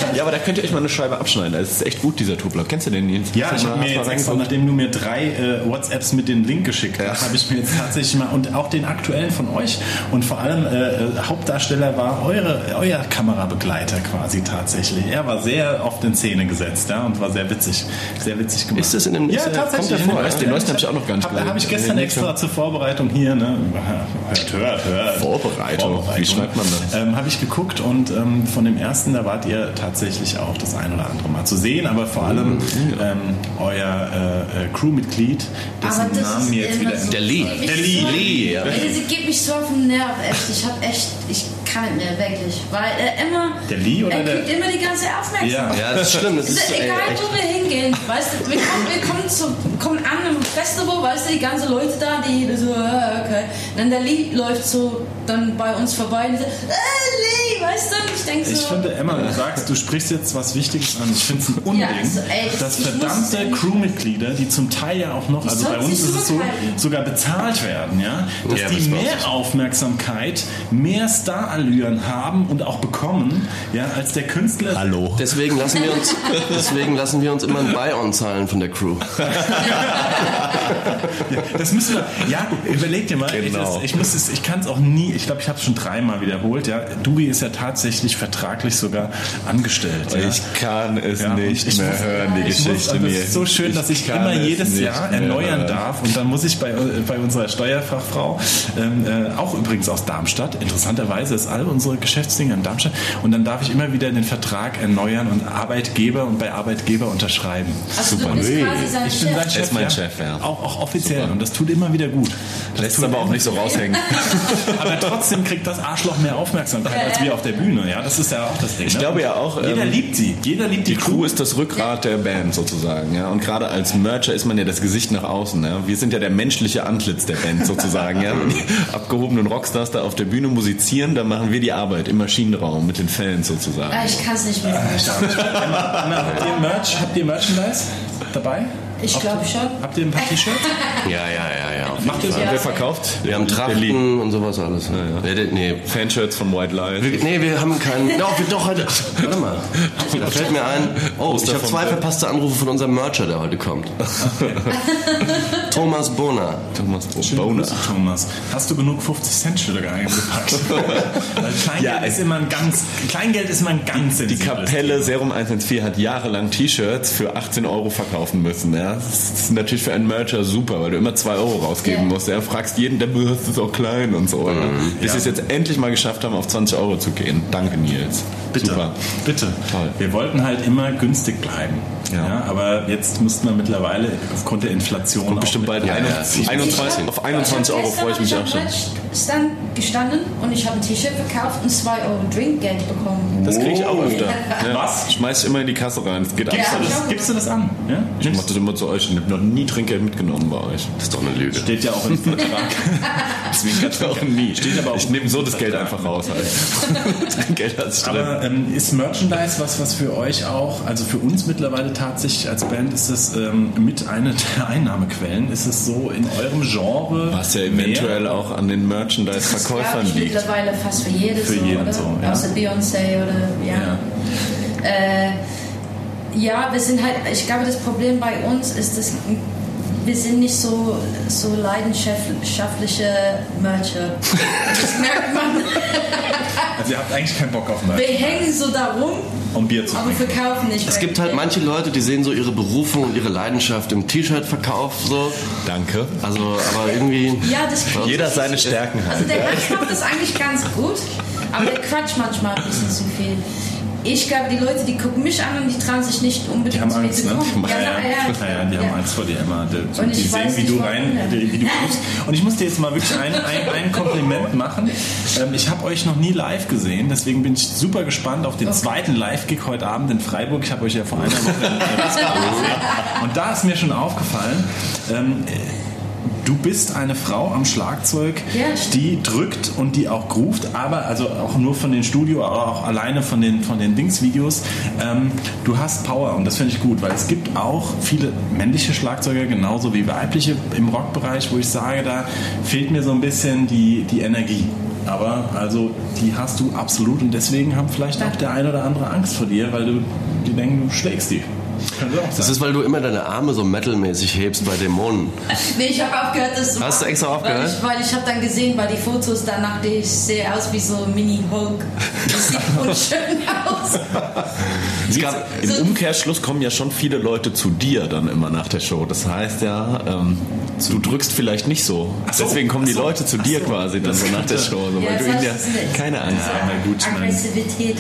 [SPEAKER 2] halt,
[SPEAKER 7] Ja, aber da könnt ihr euch mal eine Scheibe abschneiden. Das ist echt gut, dieser Tourblock. Kennst du den jedenfalls?
[SPEAKER 2] Ja, ich habe mir
[SPEAKER 7] Hast du mal
[SPEAKER 2] jetzt extra,
[SPEAKER 7] reingeguckt?
[SPEAKER 2] nachdem du mir drei äh, WhatsApps mit dem Link geschickt hast, habe ich mir jetzt tatsächlich mal und auch den aktuellen von euch und vor allem äh, äh, Hauptdarsteller war eure, euer Kamerabegleiter quasi tatsächlich. Er war sehr oft in Szene gesetzt ja, und war sehr witzig, sehr witzig gemacht.
[SPEAKER 4] Ist das in dem-
[SPEAKER 2] Ja,
[SPEAKER 4] ist, äh,
[SPEAKER 2] tatsächlich.
[SPEAKER 4] kommt der vor?
[SPEAKER 2] in dem-
[SPEAKER 4] Weißt
[SPEAKER 7] du, den neuesten hab ich auch noch gar nicht
[SPEAKER 2] Hab,
[SPEAKER 7] gesehen.
[SPEAKER 2] habe ich gestern
[SPEAKER 7] Nee,
[SPEAKER 2] extra zur Vorbereitung hier, ne? [laughs] Hört, hört, hört.
[SPEAKER 7] Vorbereitung. Wie schreibt man das?
[SPEAKER 2] Ähm, habe ich geguckt und ähm, von dem ersten, da wart ihr tatsächlich auch das ein oder andere Mal zu sehen, aber vor
[SPEAKER 4] Mhm.
[SPEAKER 2] allem ähm, euer äh, äh, Crewmitglied, dessen
[SPEAKER 5] Aber das
[SPEAKER 2] Namen
[SPEAKER 5] ist
[SPEAKER 2] mir jetzt
[SPEAKER 5] immer
[SPEAKER 2] wieder
[SPEAKER 5] so
[SPEAKER 4] Der Lee.
[SPEAKER 5] ewig
[SPEAKER 2] Der Lee,
[SPEAKER 5] so-
[SPEAKER 4] Lee, ja.
[SPEAKER 5] Ey, Sie gibt mich so auf den Nerv, echt. Ich hab echt, ich kann nicht mehr, wirklich. Weil er immer,
[SPEAKER 2] Der Lee oder
[SPEAKER 5] er
[SPEAKER 2] der-
[SPEAKER 5] kriegt immer die ganze Aufmerksamkeit.
[SPEAKER 4] Ja, das ist schlimm. Das
[SPEAKER 5] Es
[SPEAKER 4] ist
[SPEAKER 5] ist
[SPEAKER 4] ey,
[SPEAKER 5] egal,
[SPEAKER 4] echt.
[SPEAKER 5] wo wir hingehen, weißt du, wir kommen, wir kommen, zu, kommen an im Festival, weißt du, die ganzen Leute da, die so, äh, okay. Dann der Lee läuft so dann bei uns vorbei und so, äh, Lee, weißt du, und ich denke so.
[SPEAKER 2] Ich finde, Emma, du sagst, du sprichst jetzt was Wichtiges an. Ich finde es ein Unding,
[SPEAKER 5] Ja, also echt,
[SPEAKER 2] dass
[SPEAKER 5] ich muss es
[SPEAKER 2] verdammte
[SPEAKER 5] nicht-
[SPEAKER 2] Crewmitglieder, die zum Teil ja auch noch, also bei
[SPEAKER 5] sollten
[SPEAKER 2] uns
[SPEAKER 5] sich
[SPEAKER 2] ist es so,
[SPEAKER 5] zurückhalten.
[SPEAKER 2] sogar bezahlt werden, ja, dass
[SPEAKER 4] Ja,
[SPEAKER 2] die
[SPEAKER 4] das war's.
[SPEAKER 2] mehr Aufmerksamkeit, mehr Starallüren haben und auch bekommen, ja, als der Künstler.
[SPEAKER 7] Hallo.
[SPEAKER 4] Deswegen lassen wir uns, deswegen lassen wir uns immer ein Buy-on zahlen von der Crew.
[SPEAKER 2] Das müssen wir. Ja, überleg dir mal.
[SPEAKER 7] Genau.
[SPEAKER 2] Ich, ich, muss es- ich kann es auch nie. Ich glaube, ich habe es schon dreimal wiederholt. Ja, Dubi ist ja tatsächlich vertraglich sogar angestellt. Ja.
[SPEAKER 7] Ich kann es
[SPEAKER 2] Ja, und
[SPEAKER 7] nicht
[SPEAKER 2] ich
[SPEAKER 7] mehr
[SPEAKER 2] muss-
[SPEAKER 7] hören, die
[SPEAKER 2] Ich
[SPEAKER 7] Geschichte.
[SPEAKER 2] muss, also es
[SPEAKER 7] mir.
[SPEAKER 2] ist so schön, dass ich,
[SPEAKER 7] kann
[SPEAKER 2] immer
[SPEAKER 7] es
[SPEAKER 2] jedes
[SPEAKER 7] nicht
[SPEAKER 2] Jahr
[SPEAKER 7] mehr
[SPEAKER 2] erneuern
[SPEAKER 7] hören.
[SPEAKER 2] darf. Und dann muss ich bei, äh, bei unserer Steuerfachfrau, ähm, äh, auch übrigens aus Darmstadt, interessanterweise ist all unsere Geschäftsdinge in Darmstadt, und dann darf ich immer wieder den Vertrag erneuern und Arbeitgeber und bei Arbeitgeber unterschreiben.
[SPEAKER 5] also du bist quasi sein
[SPEAKER 2] Ich bin sein
[SPEAKER 5] Chef.
[SPEAKER 2] Chef,
[SPEAKER 7] ist mein Chef, ja.
[SPEAKER 2] Auch, auch offiziell. Und das tut immer wieder gut. Das
[SPEAKER 7] Lässt es
[SPEAKER 2] tut
[SPEAKER 7] aber auch
[SPEAKER 2] immer-
[SPEAKER 7] nicht so raushängen.
[SPEAKER 2] Aber trotzdem kriegt das Arschloch mehr Aufmerksamkeit als wir auf der Bühne. Ja, das ist ja auch das Ding.
[SPEAKER 7] Ich
[SPEAKER 2] ne?
[SPEAKER 7] glaube ja auch,
[SPEAKER 2] Jeder
[SPEAKER 7] ähm,
[SPEAKER 2] liebt sie. Jeder liebt die,
[SPEAKER 7] Die Crew ist das Rückgrat der Band sozusagen, ja. Und gerade als Mercher ist man ja das Gesicht nach außen, ja. Wir sind ja der menschliche Antlitz der Band
[SPEAKER 2] [laughs]
[SPEAKER 7] sozusagen, ja. Wenn die abgehobenen Rockstars da auf der Bühne musizieren, dann machen wir die Arbeit im Maschinenraum mit den Fans sozusagen.
[SPEAKER 5] Ah, ich kann es nicht mehr.
[SPEAKER 2] Emma, Emma, habt ihr Merch? Habt ihr Merchandise dabei?
[SPEAKER 5] Ich glaube schon.
[SPEAKER 2] Habt ihr ein paar T-Shirts?
[SPEAKER 5] [laughs]
[SPEAKER 4] Ja, ja, ja, ja.
[SPEAKER 2] Macht ihr so?
[SPEAKER 7] Wer verkauft?
[SPEAKER 4] Wir haben
[SPEAKER 7] Berlin.
[SPEAKER 4] Trachten und sowas alles. Ja, der- nee.
[SPEAKER 7] Fanshirts von White Lies.
[SPEAKER 4] Nee, wir haben keinen. Doch, wir doch heute. Warte mal. Da fällt mir ein. Oh, ich habe zwei verpasste Anrufe von unserem Mercher, der heute [laughs] kommt. Thomas Boner.
[SPEAKER 7] Thomas
[SPEAKER 2] Schöne
[SPEAKER 7] Boner.
[SPEAKER 2] Grüße, Thomas. Hast du genug 50 Cent Schilder eingepackt?
[SPEAKER 7] [laughs]
[SPEAKER 2] Weil Kleingeld
[SPEAKER 7] Ja,
[SPEAKER 2] ist immer ein ganz Kleingeld ist immer ein ganz
[SPEAKER 7] Die
[SPEAKER 2] sensibles
[SPEAKER 7] Kapelle Serum 114 hat jahrelang T-Shirts für 18 Euro verkaufen müssen. Ja? Das ist natürlich für einen Mercher super, weil du immer 2 Euro rausgeben
[SPEAKER 5] Ja.
[SPEAKER 7] musst. Ja? Fragst jeden, der Bürst ist auch klein und so. Ja?
[SPEAKER 2] Mhm,
[SPEAKER 7] Bis sie es jetzt endlich mal geschafft haben, auf 20 Euro zu gehen. Danke, Nils.
[SPEAKER 2] Bitte,
[SPEAKER 7] Super.
[SPEAKER 2] bitte.
[SPEAKER 7] Toll.
[SPEAKER 2] Wir wollten halt immer günstig bleiben. Ja.
[SPEAKER 7] Ja.
[SPEAKER 2] aber jetzt müssten wir mittlerweile aufgrund der Inflation
[SPEAKER 7] Und
[SPEAKER 2] auch
[SPEAKER 7] bestimmt bald
[SPEAKER 4] Ja,
[SPEAKER 7] ein-
[SPEAKER 4] ja, sicher.
[SPEAKER 7] 21, auf 21 Euro freue ich mich auch schon.
[SPEAKER 5] Stand gestanden und ich habe ein T-Shirt verkauft und 2 Euro Drinkgeld bekommen.
[SPEAKER 7] Das kriege ich auch
[SPEAKER 2] [laughs]
[SPEAKER 7] öfter. Ja.
[SPEAKER 2] Oh. Was?
[SPEAKER 7] Schmeiß ich immer in die Kasse rein. Das geht
[SPEAKER 2] Gibst,
[SPEAKER 5] Ja.
[SPEAKER 7] ab.
[SPEAKER 2] du das, gibst du das an? Ja?
[SPEAKER 7] Ich
[SPEAKER 2] Nimmst-
[SPEAKER 7] mach das immer zu euch. Ich habe noch nie Trinkgeld mitgenommen bei euch.
[SPEAKER 4] Das ist doch eine Lüge.
[SPEAKER 2] Steht ja auch
[SPEAKER 7] [laughs]
[SPEAKER 2] im Vertrag.
[SPEAKER 7] Trinkgeld [laughs] auch nie.
[SPEAKER 2] Steht aber auch-
[SPEAKER 7] ich
[SPEAKER 2] [laughs]
[SPEAKER 7] nehme so das Geld einfach raus. Halt. [laughs] Trinkgeld als Stress.
[SPEAKER 2] Aber ähm, ist Merchandise was, was für euch auch, also für uns mittlerweile tatsächlich als Band ist es ähm, mit einer der Einnahmequellen, ist es so in eurem Genre
[SPEAKER 7] Was ja eventuell
[SPEAKER 2] mehr?
[SPEAKER 7] auch an den
[SPEAKER 5] Glaub
[SPEAKER 7] Merchandise-Verkäufern
[SPEAKER 5] ich
[SPEAKER 7] liegt.
[SPEAKER 5] mittlerweile fast für jedes.
[SPEAKER 2] Für jeden
[SPEAKER 5] oder?
[SPEAKER 2] so, ja.
[SPEAKER 5] Außer Beyoncé oder ja.
[SPEAKER 2] Ja.
[SPEAKER 5] Äh, ja, wir sind halt, ich glaube, das Problem bei uns ist, dass wir sind nicht so, so leidenschaftliche Mercher. Das merkt man.
[SPEAKER 2] Also ihr habt eigentlich keinen Bock auf Merch
[SPEAKER 5] Wir hängen so da rum,
[SPEAKER 2] und Bier zu
[SPEAKER 5] aber
[SPEAKER 2] trinken.
[SPEAKER 5] verkaufen nicht.
[SPEAKER 4] Es
[SPEAKER 5] mehr.
[SPEAKER 4] gibt halt manche Leute, die sehen so ihre Berufung und ihre Leidenschaft im T-Shirt-Verkauf so.
[SPEAKER 7] Danke.
[SPEAKER 4] Also, aber irgendwie.
[SPEAKER 5] Ja, das stimmt.
[SPEAKER 7] Jeder seine Stärken hat.
[SPEAKER 5] Also der Max macht das eigentlich ganz gut, aber der quatscht manchmal ein bisschen zu viel. Ich glaube, die Leute, die gucken mich an und die trauen sich nicht unbedingt
[SPEAKER 2] Die haben
[SPEAKER 5] zu mir
[SPEAKER 2] Angst,
[SPEAKER 5] zu
[SPEAKER 2] ne?
[SPEAKER 5] kommen.
[SPEAKER 2] Ja, ja, ja, ja, die haben
[SPEAKER 5] Ja.
[SPEAKER 2] Angst vor dir immer. Die,
[SPEAKER 5] Und ich
[SPEAKER 2] die sehen,
[SPEAKER 5] weiß
[SPEAKER 2] wie
[SPEAKER 5] nicht,
[SPEAKER 2] du
[SPEAKER 5] warum
[SPEAKER 2] rein,
[SPEAKER 5] denn.
[SPEAKER 2] wie du pupst. Und ich muss dir jetzt mal wirklich ein, ein, ein Kompliment machen. Ähm, ich habe euch noch nie live gesehen, deswegen bin ich super gespannt auf den zweiten Live-Gig heute Abend in Freiburg. Ich habe euch ja vor einer Woche in äh,
[SPEAKER 5] [laughs]
[SPEAKER 2] Wiesbaden gesehen. Und da ist mir schon aufgefallen, ähm, äh, Du bist eine Frau am Schlagzeug,
[SPEAKER 5] Ja, stimmt.
[SPEAKER 2] die drückt und die auch groovt, aber also auch nur von den Studio, aber auch alleine von den, von den Dings-Videos. Ähm, du hast Power und das finde ich gut, weil es gibt auch viele männliche Schlagzeuger, genauso wie weibliche im Rockbereich, wo ich sage, da fehlt mir so ein bisschen die, die Energie. Aber also die hast du absolut und deswegen haben vielleicht auch der ein oder andere Angst vor dir, weil du, die denken, du schlägst die. Könnte auch
[SPEAKER 4] Das
[SPEAKER 2] sein.
[SPEAKER 4] ist, weil du immer deine Arme so metalmäßig hebst bei Dämonen.
[SPEAKER 5] Nee, ich habe aufgehört, das zu
[SPEAKER 4] Hast du
[SPEAKER 5] machen,
[SPEAKER 4] extra aufgehört?
[SPEAKER 5] Weil ich, weil ich habe dann gesehen, weil die Fotos danach, die ich sehe aus wie so ein Mini-Hulk.
[SPEAKER 2] [laughs]
[SPEAKER 5] Das sieht unschön aus.
[SPEAKER 7] Es gab, Im
[SPEAKER 5] So-
[SPEAKER 7] Umkehrschluss kommen ja schon viele Leute zu dir dann immer nach der Show. Das heißt ja, ähm, du drückst vielleicht nicht so.
[SPEAKER 2] so,
[SPEAKER 7] Deswegen kommen die
[SPEAKER 2] ach so,
[SPEAKER 7] Leute zu
[SPEAKER 2] ach
[SPEAKER 7] dir
[SPEAKER 2] so.
[SPEAKER 7] quasi dann so nach der Show, so,
[SPEAKER 5] Ja,
[SPEAKER 7] weil
[SPEAKER 5] das
[SPEAKER 7] du ihnen ja
[SPEAKER 5] heißt, es ist-
[SPEAKER 7] keine Angst
[SPEAKER 2] Ja, na gut, ich meine-
[SPEAKER 5] Aggressivität.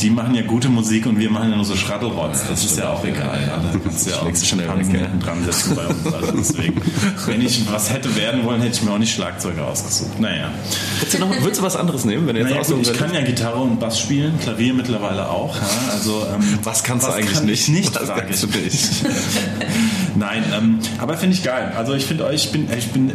[SPEAKER 2] Die machen ja gute Musik und wir machen ja nur so Schraddelrotz. Das ist ja auch egal. Ja.
[SPEAKER 7] [laughs]
[SPEAKER 2] Da kannst du ja auch
[SPEAKER 7] Schlägst schnell
[SPEAKER 2] Tanzen
[SPEAKER 7] weg, ja.
[SPEAKER 2] hinten dran setzen bei uns. Also
[SPEAKER 7] [laughs]
[SPEAKER 2] deswegen, wenn ich was hätte werden wollen, hätte ich mir auch nicht Schlagzeuger ausgesucht. Naja.
[SPEAKER 7] Würdest du, noch, würdest du was anderes nehmen, wenn du jetzt
[SPEAKER 2] naja
[SPEAKER 7] auch so
[SPEAKER 2] gut, ich kann ja Gitarre und Bass spielen, Klavier mittlerweile auch. Ja. Also, ähm,
[SPEAKER 7] Was kannst du eigentlich
[SPEAKER 2] kann
[SPEAKER 7] nicht?
[SPEAKER 2] Ich nicht,
[SPEAKER 7] Was
[SPEAKER 2] sage
[SPEAKER 7] kannst
[SPEAKER 2] ich.
[SPEAKER 7] du nicht?
[SPEAKER 2] Nein, ähm, aber finde ich geil. Also ich finde euch, ich bin, ich bin äh,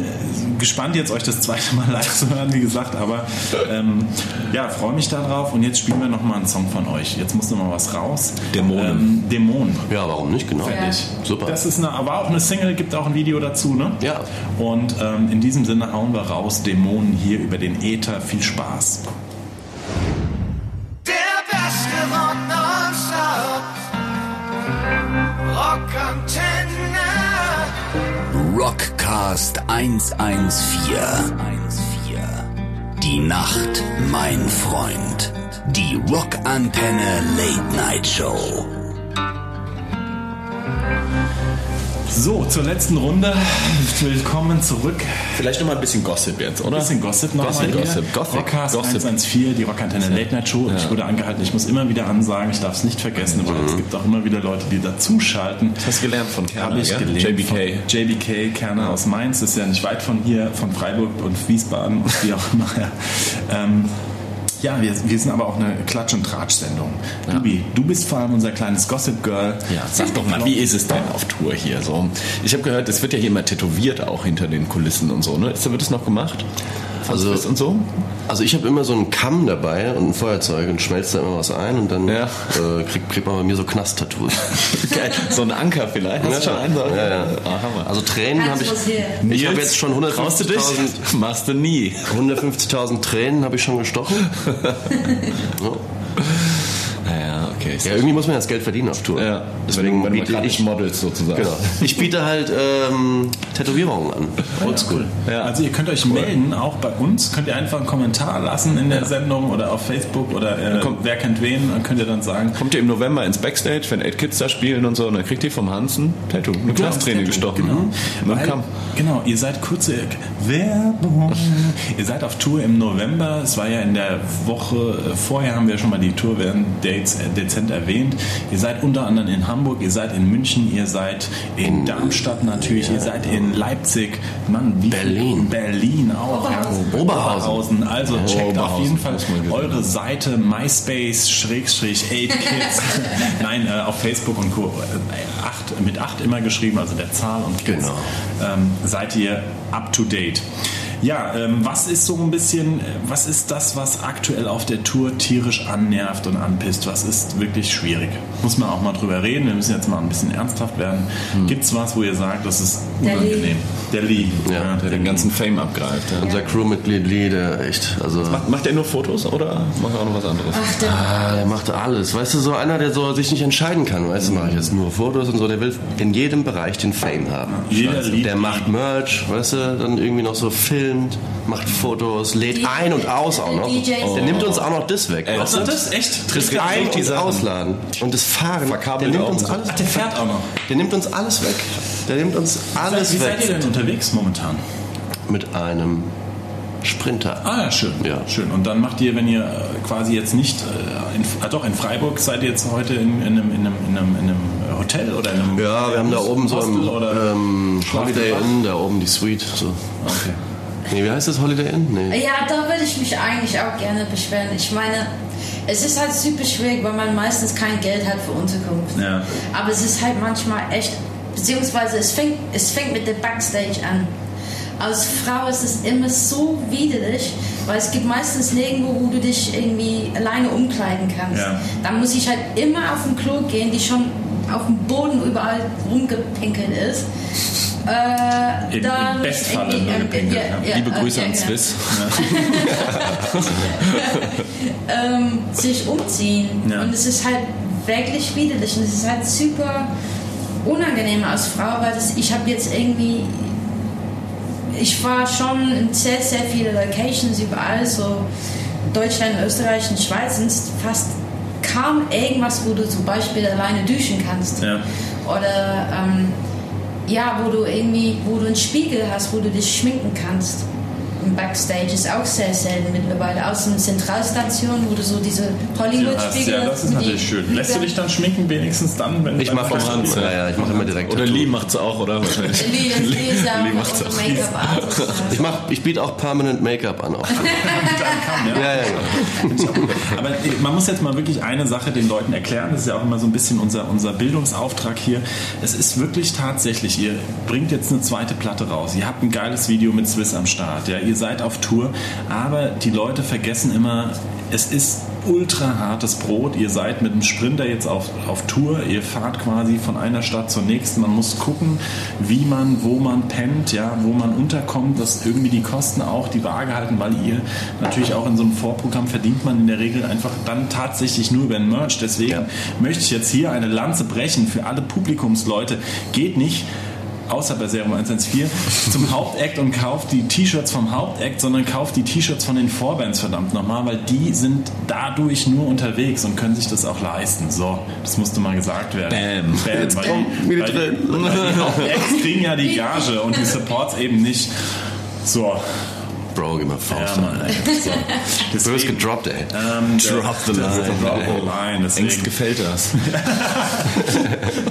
[SPEAKER 2] gespannt, jetzt euch das zweite Mal [laughs] live zu hören, wie gesagt, aber ähm, ja, freue mich darauf und jetzt spielen wir nochmal einen Song von euch. Jetzt muss nochmal was raus.
[SPEAKER 7] Dämonen.
[SPEAKER 2] Ähm, Dämonen.
[SPEAKER 4] Ja, warum nicht? Genau.
[SPEAKER 2] Fertig.
[SPEAKER 4] Super.
[SPEAKER 2] Das ist eine, aber auch eine Single, gibt auch ein Video dazu, ne?
[SPEAKER 4] Ja.
[SPEAKER 2] Und ähm, in diesem Sinne hauen wir raus, Dämonen hier über den Äther. Viel Spaß.
[SPEAKER 6] Der Beste rund uns auf. Rockantenne.
[SPEAKER 1] Rockcast 114. Die Nacht, mein Freund. Die Rockantenne Late Night Show.
[SPEAKER 2] So, zur letzten Runde. Willkommen zurück.
[SPEAKER 7] Vielleicht nochmal ein bisschen Gossip jetzt, oder?
[SPEAKER 2] Bisschen Gossip nochmal.
[SPEAKER 7] Gossip,
[SPEAKER 2] hier.
[SPEAKER 7] Gossip, Gossip,
[SPEAKER 2] Rockcast
[SPEAKER 7] Gossip.
[SPEAKER 2] 114, die Rockantenne Late Night Show. Ich wurde angehalten, ich muss immer wieder ansagen, ich darf es nicht vergessen, weil
[SPEAKER 7] Mhm.
[SPEAKER 2] es gibt auch immer wieder Leute, die dazuschalten.
[SPEAKER 7] Hast du gelernt von Kerner,
[SPEAKER 2] Habe ich
[SPEAKER 7] gell?
[SPEAKER 2] gelernt.
[SPEAKER 7] JBK.
[SPEAKER 2] Von JBK, Kerner aus Mainz, ist ja nicht weit von hier, von Freiburg und Wiesbaden und wie auch immer. Ja, ähm, ja wir, wir sind aber auch eine Klatsch- und Tratsch-Sendung. Dubi, du bist vor allem unser kleines Gossip-Girl.
[SPEAKER 7] Ja, sag doch mal, wie ist es denn auf Tour hier so? Ich habe gehört, es wird ja hier immer tätowiert, auch hinter den Kulissen und so, ne? Ist, wird das noch gemacht?
[SPEAKER 4] Also-
[SPEAKER 7] und so?
[SPEAKER 4] Also ich habe immer so einen Kamm dabei und ein Feuerzeug und schmelze da immer was ein und dann
[SPEAKER 7] Ja.
[SPEAKER 4] äh, kriegt, kriegt man bei mir so Knast-Tattoos.
[SPEAKER 7] Geil. So ein Anker vielleicht? Hast du schon einen? So?
[SPEAKER 4] Ja, ja.
[SPEAKER 7] Ah, Hammer.
[SPEAKER 4] Also Tränen habe ich.
[SPEAKER 5] Kannst du was hier?
[SPEAKER 4] Ich habe jetzt schon
[SPEAKER 7] Traust du dich?
[SPEAKER 4] 150.000
[SPEAKER 7] Machst du nie.
[SPEAKER 4] 150.000 Tränen habe ich schon gestochen.
[SPEAKER 7] [laughs]
[SPEAKER 4] so.
[SPEAKER 7] Naja, okay.
[SPEAKER 4] Ja, irgendwie muss man das Geld verdienen auf Tour.
[SPEAKER 7] Ja,
[SPEAKER 4] Deswegen
[SPEAKER 7] wenn man
[SPEAKER 4] biete
[SPEAKER 7] gerade
[SPEAKER 4] ich,
[SPEAKER 7] Models sozusagen.
[SPEAKER 4] genau. ich biete halt ähm, Tätowierungen an. Oldschool.
[SPEAKER 7] Ja.
[SPEAKER 2] Also ihr könnt euch melden, auch bei uns. Könnt ihr einfach einen Kommentar lassen in der Sendung oder auf Facebook oder äh,
[SPEAKER 7] Komm.
[SPEAKER 2] wer kennt wen, dann könnt ihr dann sagen.
[SPEAKER 7] Kommt ihr im November ins Backstage, wenn Ed Kids da spielen und so, und dann kriegt ihr vom Hansen Tattoo, eine Glasträne gestochen.
[SPEAKER 2] Genau.
[SPEAKER 7] Und dann
[SPEAKER 2] Weil,
[SPEAKER 7] kam
[SPEAKER 2] genau, ihr seid kurze Werbung. ihr seid auf Tour im November. Es war ja in der Woche äh, vorher haben wir schon mal die Tour während Dates äh, dezent erwähnt. Ihr seid unter anderem in Hamburg, ihr seid in München, ihr seid
[SPEAKER 7] Oh.
[SPEAKER 2] in Darmstadt natürlich, ihr seid in Leipzig, Mann, wie
[SPEAKER 4] Berlin.
[SPEAKER 2] Berlin auch. ja. Oberhausen.
[SPEAKER 5] Oberhausen.
[SPEAKER 2] Also checkt auf
[SPEAKER 7] Oberhausen,
[SPEAKER 2] jeden Fall
[SPEAKER 7] muss man gesehen
[SPEAKER 2] eure Seite
[SPEAKER 7] [laughs]
[SPEAKER 2] myspace-8kids. Nein, äh, auf Facebook und Co. Äh, acht, mit 8 immer geschrieben, also der Zahl und Kids.
[SPEAKER 4] Genau.
[SPEAKER 2] Ähm, seid ihr up to date. Ja, ähm, was ist so ein bisschen, äh, was ist das, was aktuell auf der Tour tierisch annervt und anpisst? Was ist wirklich schwierig? Muss man auch mal drüber reden. Wir müssen jetzt mal ein bisschen ernsthaft werden.
[SPEAKER 7] Hm.
[SPEAKER 2] Gibt es was, wo ihr sagt, das ist
[SPEAKER 5] Der Lee.
[SPEAKER 2] unangenehm? Der Lee.
[SPEAKER 4] Ja,
[SPEAKER 7] der den ganzen Fame abgreift. Ja.
[SPEAKER 4] Unser Crewmitglied Lee, der echt, also.
[SPEAKER 7] Macht, macht er nur Fotos oder macht er auch noch was anderes?
[SPEAKER 5] Ach, der,
[SPEAKER 4] Ah, der macht alles. Weißt du, so einer, der so sich nicht entscheiden kann. Weißt du, mache ich jetzt nur Fotos und so. Der will in jedem Bereich den Fame haben.
[SPEAKER 2] Jeder
[SPEAKER 4] Scheiße.
[SPEAKER 2] liebt
[SPEAKER 4] der
[SPEAKER 2] ihn.
[SPEAKER 4] macht Merch, weißt du, dann irgendwie noch so Film filmt, macht Fotos, lädt ein und aus auch noch.
[SPEAKER 5] DJs.
[SPEAKER 4] Der nimmt uns auch noch das weg.
[SPEAKER 2] Was
[SPEAKER 4] weißt du?
[SPEAKER 2] ist das? Echt?
[SPEAKER 4] Das
[SPEAKER 2] Tritt
[SPEAKER 4] Ein-
[SPEAKER 2] ein?
[SPEAKER 4] und Ausladen und das Fahren, der nimmt, uns alles,
[SPEAKER 2] Ach, der fährt auch noch.
[SPEAKER 4] der nimmt uns alles weg. Der nimmt uns alles
[SPEAKER 2] Wie seid ihr
[SPEAKER 4] weg
[SPEAKER 2] denn unterwegs momentan?
[SPEAKER 4] mit einem Sprinter.
[SPEAKER 2] Ah ja, schön.
[SPEAKER 4] Ja.
[SPEAKER 2] Schön. Und dann macht ihr, wenn ihr äh, quasi jetzt nicht, äh, in, ah, doch in Freiburg seid ihr jetzt heute in, in, einem, in, einem, in, einem, in einem Hotel oder in einem
[SPEAKER 4] Ja, wir haben da oben so
[SPEAKER 2] Hostel
[SPEAKER 4] im
[SPEAKER 2] oder
[SPEAKER 4] ähm, Holiday
[SPEAKER 2] Schlafzimmer?
[SPEAKER 4] Inn, da oben die Suite. So.
[SPEAKER 2] Okay.
[SPEAKER 4] Nee, wie heißt das Holiday Inn? Nee.
[SPEAKER 5] Ja, da würde ich mich eigentlich auch gerne beschweren. Ich meine, es ist halt super schwierig, weil man meistens kein Geld hat für Unterkunft. ne?
[SPEAKER 2] Ja.
[SPEAKER 5] Aber es ist halt manchmal echt, beziehungsweise es fängt, es fängt mit der Backstage an. Als Frau ist es immer so widerlich, weil es gibt meistens nirgendwo, wo du dich irgendwie alleine umkleiden kannst.
[SPEAKER 2] Ja.
[SPEAKER 5] Da muss ich halt immer auf den Klo gehen, die schon auf dem Boden überall rumgepinkelt ist. Äh,
[SPEAKER 2] Im- ne,
[SPEAKER 5] dann
[SPEAKER 2] im Bestfall
[SPEAKER 5] irgendwie-
[SPEAKER 2] rumgepinkelt,
[SPEAKER 5] ja,
[SPEAKER 2] ja.
[SPEAKER 5] ja,
[SPEAKER 7] ne? Liebe
[SPEAKER 5] äh,
[SPEAKER 7] Grüße
[SPEAKER 5] ja,
[SPEAKER 7] an
[SPEAKER 5] genau
[SPEAKER 7] Swiss.
[SPEAKER 5] ähm, sich umziehen.
[SPEAKER 2] Ja.
[SPEAKER 5] Und es ist halt wirklich widerlich und es ist halt super unangenehm als Frau, weil das, ich habe jetzt irgendwie. Ich war schon in sehr, sehr viele Locations überall, so Deutschland, Österreich und Schweiz, und es ist fast kaum irgendwas, wo du zum Beispiel alleine duschen kannst.
[SPEAKER 2] Ja.
[SPEAKER 5] Oder ähm, ja, wo du irgendwie, wo du einen Spiegel hast, wo du dich schminken kannst. Im Backstage ist auch sehr selten mittlerweile. Außer in Zentralstationen, wo du so diese Hollywood-Spiegel
[SPEAKER 2] ja, das ist natürlich
[SPEAKER 5] die-
[SPEAKER 2] schön. Lässt du dich dann schminken, wenigstens dann, wenn
[SPEAKER 4] Ich
[SPEAKER 2] beim
[SPEAKER 4] mache
[SPEAKER 2] Frühstück-
[SPEAKER 4] immer, ja, ja, ich mach immer direkt.
[SPEAKER 7] Oder
[SPEAKER 4] Tattoo.
[SPEAKER 7] Lee macht's auch, oder? Wahrscheinlich.
[SPEAKER 5] Lee, das Lee ist ja
[SPEAKER 7] Lee macht's
[SPEAKER 5] unsere
[SPEAKER 7] auch.
[SPEAKER 5] Make-up-Artist.
[SPEAKER 4] Ich, mach, ich biete auch permanent Make-up an. Auch.
[SPEAKER 2] [laughs] Ja, genau.
[SPEAKER 4] ja,
[SPEAKER 2] Find ich auch gut. Aber äh, man muss jetzt mal wirklich eine Sache den Leuten erklären. Das ist ja auch immer so ein bisschen unser, unser Bildungsauftrag hier. Es ist wirklich tatsächlich, ihr bringt jetzt eine zweite Platte raus. Ihr habt ein geiles Video mit Swiss am Start. Ja, ihr seid auf Tour. Aber die Leute vergessen immer, es ist ultra hartes Brot. Ihr seid mit einem Sprinter jetzt auf, auf Tour. Ihr fahrt quasi von einer Stadt zur nächsten. Man muss gucken, wie man, wo man pennt, ja, wo man unterkommt, dass irgendwie die Kosten auch die Waage halten, weil ihr natürlich auch in so einem Vorprogramm verdient man in der Regel einfach dann tatsächlich nur über den Merch. Deswegen möchte ich jetzt hier eine Lanze brechen für alle Publikumsleute. Geht nicht außer bei Serum 114,
[SPEAKER 7] [laughs]
[SPEAKER 2] zum Hauptact und kauft die T-Shirts vom Hauptact, sondern kauft die T-Shirts von den Vorbands, verdammt nochmal, weil die sind dadurch nur unterwegs und können sich das auch leisten. So, das musste mal gesagt werden.
[SPEAKER 7] Bam.
[SPEAKER 2] Bam. Weil die, weil die, weil die Hauptacts kriegen ja die Gage und die Supports eben nicht. So, [laughs]
[SPEAKER 4] Bro, gib mal Faust.
[SPEAKER 2] ja,
[SPEAKER 4] Ja,
[SPEAKER 2] Mann, ey. So.
[SPEAKER 4] du wirst gedroppt, ey.
[SPEAKER 2] Ähm,
[SPEAKER 7] Drop the
[SPEAKER 2] der-
[SPEAKER 7] line.
[SPEAKER 2] Drop the line.
[SPEAKER 4] Äh,
[SPEAKER 7] Engst
[SPEAKER 2] Deswegen.
[SPEAKER 7] gefällt das.
[SPEAKER 2] [laughs]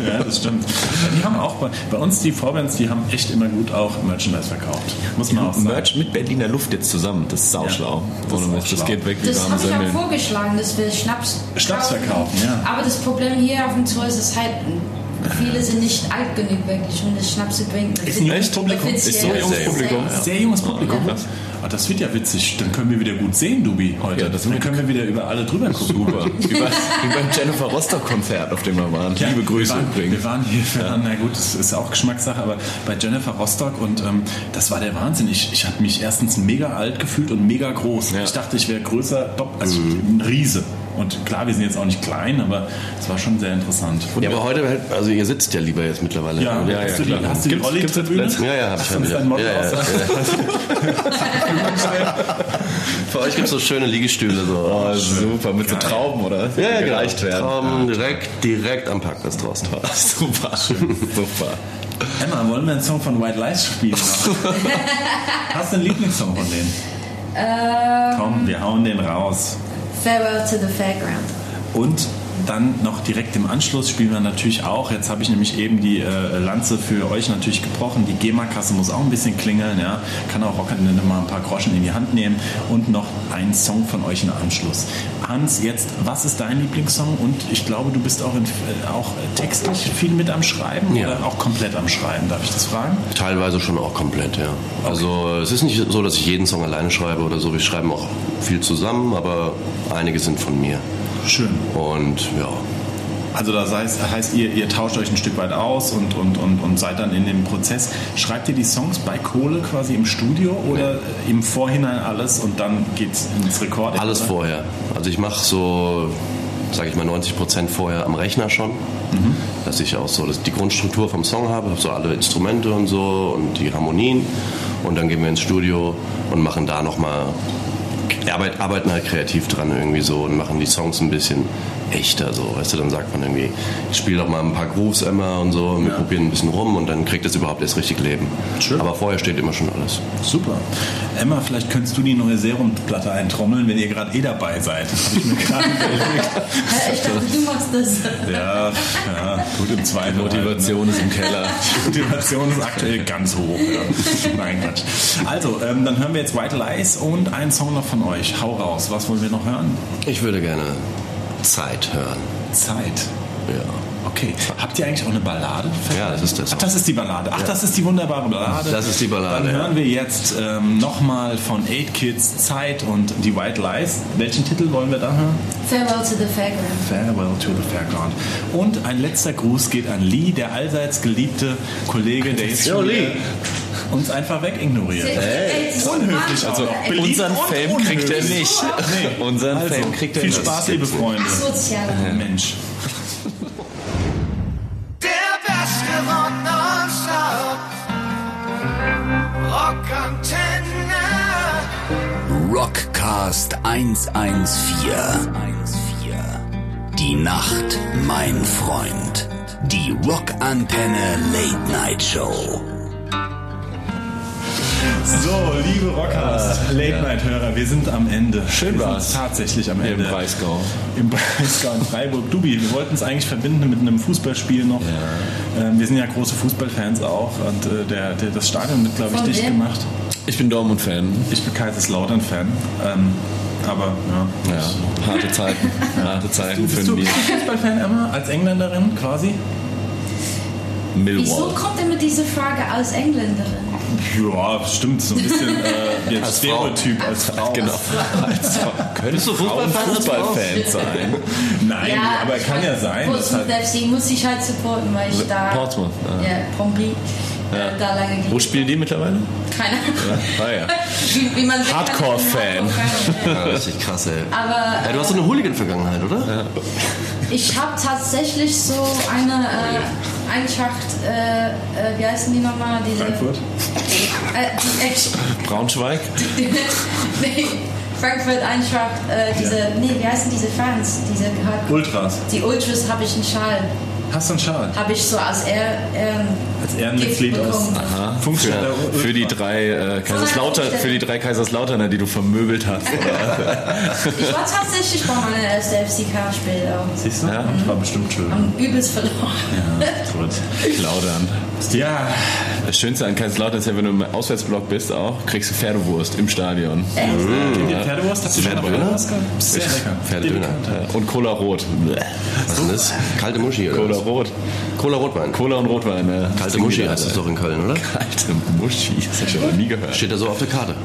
[SPEAKER 2] Ja, das stimmt. Die haben auch bei, bei uns die Vorbands, die haben echt immer gut auch Merchandise verkauft. Muss man auch sagen.
[SPEAKER 7] Merch mit Berliner Luft jetzt zusammen. Das ist sauschlau.
[SPEAKER 2] Ja, das
[SPEAKER 7] Ohne
[SPEAKER 2] ist
[SPEAKER 7] Mist. Das
[SPEAKER 2] sauschlau.
[SPEAKER 7] geht weg wie
[SPEAKER 5] Das
[SPEAKER 7] warme
[SPEAKER 5] habe ich
[SPEAKER 7] Semmeln.
[SPEAKER 5] auch vorgeschlagen, dass wir Schnaps,
[SPEAKER 2] Schnaps verkaufen, ja.
[SPEAKER 5] Aber das Problem hier auf dem Zoo ist es halt, viele sind nicht alt genug wirklich, um das Schnaps zu trinken.
[SPEAKER 2] Ist ein junges Publikum.
[SPEAKER 5] Offiziell.
[SPEAKER 2] Ist so ein junges
[SPEAKER 5] Sehr
[SPEAKER 2] Publikum.
[SPEAKER 5] jung.
[SPEAKER 2] Sehr junges Publikum. Ah, das wird ja witzig. Dann können wir wieder gut sehen, Dubi, heute.
[SPEAKER 7] Ja, das
[SPEAKER 2] Dann
[SPEAKER 7] wird-
[SPEAKER 2] können wir wieder über alle drüber gucken.
[SPEAKER 7] Super. Wie, bei, wie beim Jennifer Rostock Konzert, auf dem wir waren.
[SPEAKER 2] Ja,
[SPEAKER 7] Liebe Grüße
[SPEAKER 2] wir waren,
[SPEAKER 7] übrigens.
[SPEAKER 2] Wir waren hier für, na gut, das ist ja auch Geschmackssache, aber bei Jennifer Rostock und ähm, das war der Wahnsinn. Ich, ich habe mich erstens mega alt gefühlt und mega groß. Ich dachte, ich wäre größer, dopp, also ein Riese. Und klar, wir sind jetzt auch nicht klein, aber es war schon sehr interessant.
[SPEAKER 4] Ja, aber heute, halt- also ihr sitzt ja lieber jetzt mittlerweile.
[SPEAKER 2] Ja,
[SPEAKER 4] ja,
[SPEAKER 2] hast, du die,
[SPEAKER 7] klar.
[SPEAKER 2] hast du die
[SPEAKER 7] Gibt's- gibt's jetzt
[SPEAKER 2] Olli-Tribüne?
[SPEAKER 4] ja, ja hab ich.
[SPEAKER 2] Hast du
[SPEAKER 4] Hab
[SPEAKER 2] uns
[SPEAKER 4] ich
[SPEAKER 2] dein Model
[SPEAKER 4] ja, ja,
[SPEAKER 2] aus-
[SPEAKER 4] ja. Für euch gibt es so schöne Liegestühle. So.
[SPEAKER 2] genau.
[SPEAKER 7] Oh, super. Mit so
[SPEAKER 2] Geil. genau.
[SPEAKER 7] Trauben, oder?
[SPEAKER 4] Ja, ja,
[SPEAKER 7] gereicht werden. [laughs]
[SPEAKER 4] Tom, direkt, direkt am Parkplatz draußen.
[SPEAKER 7] Super. super.
[SPEAKER 2] Emma, wollen wir einen Song von White Lies spielen? Hast du einen Lieblingssong von denen?
[SPEAKER 5] Äh,
[SPEAKER 2] Komm, wir hauen den raus.
[SPEAKER 5] farewell to the fairground.
[SPEAKER 2] Und dann noch direkt im Anschluss spielen wir natürlich auch, jetzt habe ich nämlich eben die äh, Lanze für euch natürlich gebrochen, die GEMA-Kasse muss auch ein bisschen klingeln, ja. kann auch Rockende mal ein paar Groschen in die Hand nehmen und noch einen Song von euch im Anschluss. Hans, jetzt, was ist dein Lieblingssong? Und ich glaube, du bist auch, in, äh, auch textlich viel mit am Schreiben
[SPEAKER 4] Ja.
[SPEAKER 2] oder auch komplett am Schreiben, darf ich das fragen?
[SPEAKER 4] Teilweise schon auch komplett, ja. Also es ist nicht so, dass ich jeden Song alleine schreibe oder so. Wir schreiben auch viel zusammen, aber einige sind von mir.
[SPEAKER 2] Schön.
[SPEAKER 4] Und ja,
[SPEAKER 2] Also das heißt, heißt ihr, ihr tauscht euch ein Stück weit aus und, und, und, und seid dann in dem Prozess. Schreibt ihr die Songs bei Kohle quasi im Studio oder im Vorhinein alles und dann geht's ins Rekord?
[SPEAKER 4] alles
[SPEAKER 2] oder?
[SPEAKER 4] vorher. Also ich mache so, sage ich mal, 90 Prozent vorher am Rechner schon. Dass ich auch so dass die Grundstruktur vom Song habe, habe so alle Instrumente und so und die Harmonien. und dann gehen wir ins Studio und machen da nochmal, arbeit, arbeiten halt kreativ dran irgendwie so und machen die Songs ein bisschen echter so, weißt du, dann sagt man irgendwie, ich spiele doch mal ein paar Grooves immer und so und wir probieren ein bisschen rum und dann kriegt das überhaupt erst richtig Leben.
[SPEAKER 2] Schön.
[SPEAKER 4] Aber vorher steht immer schon alles.
[SPEAKER 2] Super. Emma, vielleicht könntest du die neue Serumplatte eintrommeln, wenn ihr gerade eh dabei seid. Das hab ich mir gerade [laughs]
[SPEAKER 5] Hä, Ich dachte, du machst das.
[SPEAKER 2] Ja, ja, gut im Zweifel.
[SPEAKER 7] Motivation ist
[SPEAKER 2] [laughs]
[SPEAKER 7] im Keller.
[SPEAKER 2] Halt, ne? Motivation ist aktuell ganz hoch. Ja. Nein, Quatsch. Also, ähm, dann hören wir jetzt White Lies und einen Song noch von euch. Hau raus. Was wollen wir noch hören?
[SPEAKER 4] Ich würde gerne Zeit hören.
[SPEAKER 2] Zeit.
[SPEAKER 4] Ja.
[SPEAKER 2] Okay. Habt ihr eigentlich auch eine Ballade?
[SPEAKER 4] Ja, das ist das.
[SPEAKER 2] Ach, das ist die Ballade. Ach, das ist die wunderbare Ballade.
[SPEAKER 4] Das ist die Ballade,
[SPEAKER 2] Dann
[SPEAKER 4] ja.
[SPEAKER 2] hören wir jetzt ähm, nochmal von 8 Kids Zeit und die White Lies. Welchen Titel wollen wir da hören?
[SPEAKER 5] Farewell to the Fairground.
[SPEAKER 2] Farewell to the Fairground. Und ein letzter Gruß geht an Lee, der allseits geliebte Kollege, der jetzt schon wieder uns einfach wegignoriert.
[SPEAKER 5] Ey, das ist
[SPEAKER 2] Unhöflich,
[SPEAKER 5] Mann,
[SPEAKER 2] also
[SPEAKER 5] Alter.
[SPEAKER 2] beliebt
[SPEAKER 7] Unseren
[SPEAKER 2] und
[SPEAKER 7] Fame
[SPEAKER 2] unhöflich.
[SPEAKER 7] kriegt er nicht.
[SPEAKER 2] Nee.
[SPEAKER 7] Unseren
[SPEAKER 2] Also,
[SPEAKER 7] Fame kriegt er
[SPEAKER 2] viel
[SPEAKER 7] nicht.
[SPEAKER 2] Spaß, liebe Freunde.
[SPEAKER 5] Asozial.
[SPEAKER 2] Mensch.
[SPEAKER 6] Der Beste von nonstop. Rockantenne.
[SPEAKER 1] Rockcast 114. Die Nacht, mein Freund. Die Rockantenne Late Night Show.
[SPEAKER 2] So, liebe Rockers, Late-Night-Hörer, wir sind am Ende. Ah, Schön wir
[SPEAKER 7] war's.
[SPEAKER 2] Sind tatsächlich am
[SPEAKER 7] Hier
[SPEAKER 2] Ende.
[SPEAKER 7] im Breisgau.
[SPEAKER 2] Im Breisgau in Freiburg. Dubi, wir wollten es eigentlich verbinden mit einem Fußballspiel noch. Ähm, wir sind ja große Fußballfans auch und äh, der, der, das Stadion wird, glaube ich,
[SPEAKER 5] Von
[SPEAKER 2] dicht
[SPEAKER 5] wem?
[SPEAKER 2] gemacht.
[SPEAKER 7] Ich bin Dortmund-Fan.
[SPEAKER 2] Ich bin Kaiserslautern-Fan, ähm, aber ja.
[SPEAKER 7] Ja, harte Zeiten. Harte Zeiten für
[SPEAKER 2] Bist du
[SPEAKER 7] den
[SPEAKER 2] Fußballfan, Emma, als Engländerin quasi?
[SPEAKER 5] Wieso
[SPEAKER 7] Millwall.
[SPEAKER 5] kommt immer diese Frage als Engländerin?
[SPEAKER 2] Ja, stimmt, so ein bisschen äh, der Stereotyp als Frau.
[SPEAKER 7] Genau. Also, Könntest du
[SPEAKER 4] Fußballfan als Frau?
[SPEAKER 7] Fußballfan sein?
[SPEAKER 2] Nein, aber
[SPEAKER 5] ich
[SPEAKER 2] kann ja
[SPEAKER 5] weiß,
[SPEAKER 2] sein. dass
[SPEAKER 5] Portsmouth FC muss ich halt supporten, weil ich da.
[SPEAKER 7] Portsmouth, ah.
[SPEAKER 5] Ja, Pombi. äh, Da lange gelebt
[SPEAKER 7] Wo spielen die mittlerweile?
[SPEAKER 5] Keine Ahnung.
[SPEAKER 7] Ah ja.
[SPEAKER 5] [laughs] Wie, wie man
[SPEAKER 7] Hardcore-Fan.
[SPEAKER 4] Ja, richtig krass, ey.
[SPEAKER 5] [laughs] Aber
[SPEAKER 4] Ja, du hast so eine Hooligan-Vergangenheit, oder?
[SPEAKER 5] ich habe tatsächlich so eine äh, Eintracht, äh, äh, wie heißen die nochmal? Diese,
[SPEAKER 2] Frankfurt?
[SPEAKER 5] Äh, die Ex-
[SPEAKER 7] Braunschweig?
[SPEAKER 5] [laughs] nee, Frankfurt Eintracht, äh, diese, nee, wie heißen diese Fans? Diese Hardcore.
[SPEAKER 2] Ultras.
[SPEAKER 5] Die Ultras habe ich einen Schal.
[SPEAKER 2] Hast du einen Schal?
[SPEAKER 5] Habe ich so als er, ähm,
[SPEAKER 2] Als Ehrenmitglied
[SPEAKER 5] Gift
[SPEAKER 2] aus
[SPEAKER 5] bekommen.
[SPEAKER 2] Funktionär.
[SPEAKER 7] Für, für die drei äh, Kaiserslautern, für die drei Kaiserslauterner, die du vermöbelt hast.
[SPEAKER 5] Ich war tatsächlich bei meinem ersten FCK-Spiel auch.
[SPEAKER 2] Siehst du? Das war bestimmt schön.
[SPEAKER 5] Und übelst verloren.
[SPEAKER 2] Gut.
[SPEAKER 7] Laudern.
[SPEAKER 2] Ja,
[SPEAKER 7] Das Schönste an Kaiserslautern ist ja, wenn du im Auswärtsblock bist auch, kriegst du Pferdewurst im Stadion.
[SPEAKER 5] Echt?
[SPEAKER 2] die Pferdewurst hast du schon mal
[SPEAKER 4] Pferdedöner?
[SPEAKER 2] Pferdewurst gehabt? Sehr lecker.
[SPEAKER 4] Pferdedöner.
[SPEAKER 7] Ja, äh, Und Cola Rot. Bleh.
[SPEAKER 4] Was ist denn das? Kalte Muschi, oder?
[SPEAKER 7] Cola
[SPEAKER 4] was?
[SPEAKER 7] Rot.
[SPEAKER 4] Cola Rotwein.
[SPEAKER 7] Cola und Rotwein. ne? Das
[SPEAKER 4] Kalte
[SPEAKER 7] Ding
[SPEAKER 4] Muschi
[SPEAKER 7] wieder,
[SPEAKER 4] heißt es
[SPEAKER 7] Alter.
[SPEAKER 4] doch in Köln, oder?
[SPEAKER 7] Kalte Muschi. Das hätte ich aber nie gehört.
[SPEAKER 4] Steht da so auf der Karte.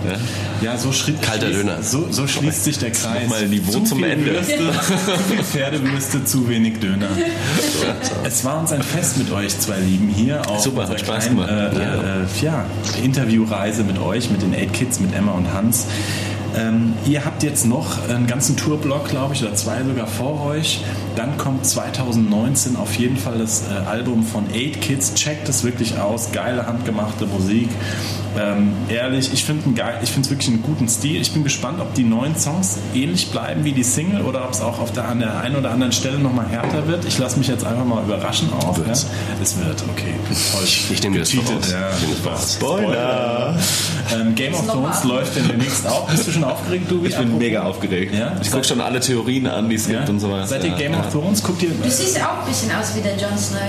[SPEAKER 2] Ja, so schrie-
[SPEAKER 4] Kalter
[SPEAKER 2] schließt,
[SPEAKER 4] Döner.
[SPEAKER 2] So, so schließt sich der Kreis.
[SPEAKER 7] Nochmal Niveau zum
[SPEAKER 2] viel
[SPEAKER 7] Ende. [laughs]
[SPEAKER 2] Würste, zu viel Pferdewürste, zu wenig Döner. Es war uns ein Fest mit euch zwei Lieben hier. Auf
[SPEAKER 7] Super,
[SPEAKER 2] unserer
[SPEAKER 7] hat Spaß
[SPEAKER 2] kleinen,
[SPEAKER 7] gemacht.
[SPEAKER 2] Äh, äh, ja, Interviewreise mit euch, mit den Eight Kids, mit Emma und Hans. Ähm, ihr habt jetzt noch einen ganzen Tourblock, glaube ich, oder zwei sogar vor euch. Dann kommt 2019 auf jeden Fall das äh, Album von Eight Kids. Checkt es wirklich aus. Geile handgemachte Musik. Ähm, ehrlich, ich finde es wirklich einen guten Stil. Ich bin gespannt, ob die neuen Songs ähnlich bleiben wie die Single oder ob es auch auf der, an der einen oder anderen Stelle nochmal härter wird. Ich lasse mich jetzt einfach mal überraschen auch. Ja? Es wird, okay. Toll.
[SPEAKER 4] Ich nehme das voraus.
[SPEAKER 2] Ja,
[SPEAKER 4] Ich nehme das voraus.
[SPEAKER 2] Spoiler! Ähm, Game of
[SPEAKER 5] noch mal
[SPEAKER 2] Thrones
[SPEAKER 5] ab.
[SPEAKER 2] läuft denn demnächst auch. Bist du schon aufgeregt, du?
[SPEAKER 7] Ich bin mega aufgeregt.
[SPEAKER 2] Ja?
[SPEAKER 7] Ich gucke schon alle Theorien an, die es gibt und sowas.
[SPEAKER 2] Seid ihr
[SPEAKER 7] Ja.
[SPEAKER 2] Game of Thrones?
[SPEAKER 4] [laughs]
[SPEAKER 2] Guckt ihr.
[SPEAKER 5] Du siehst auch ein bisschen aus wie der Jon Snow.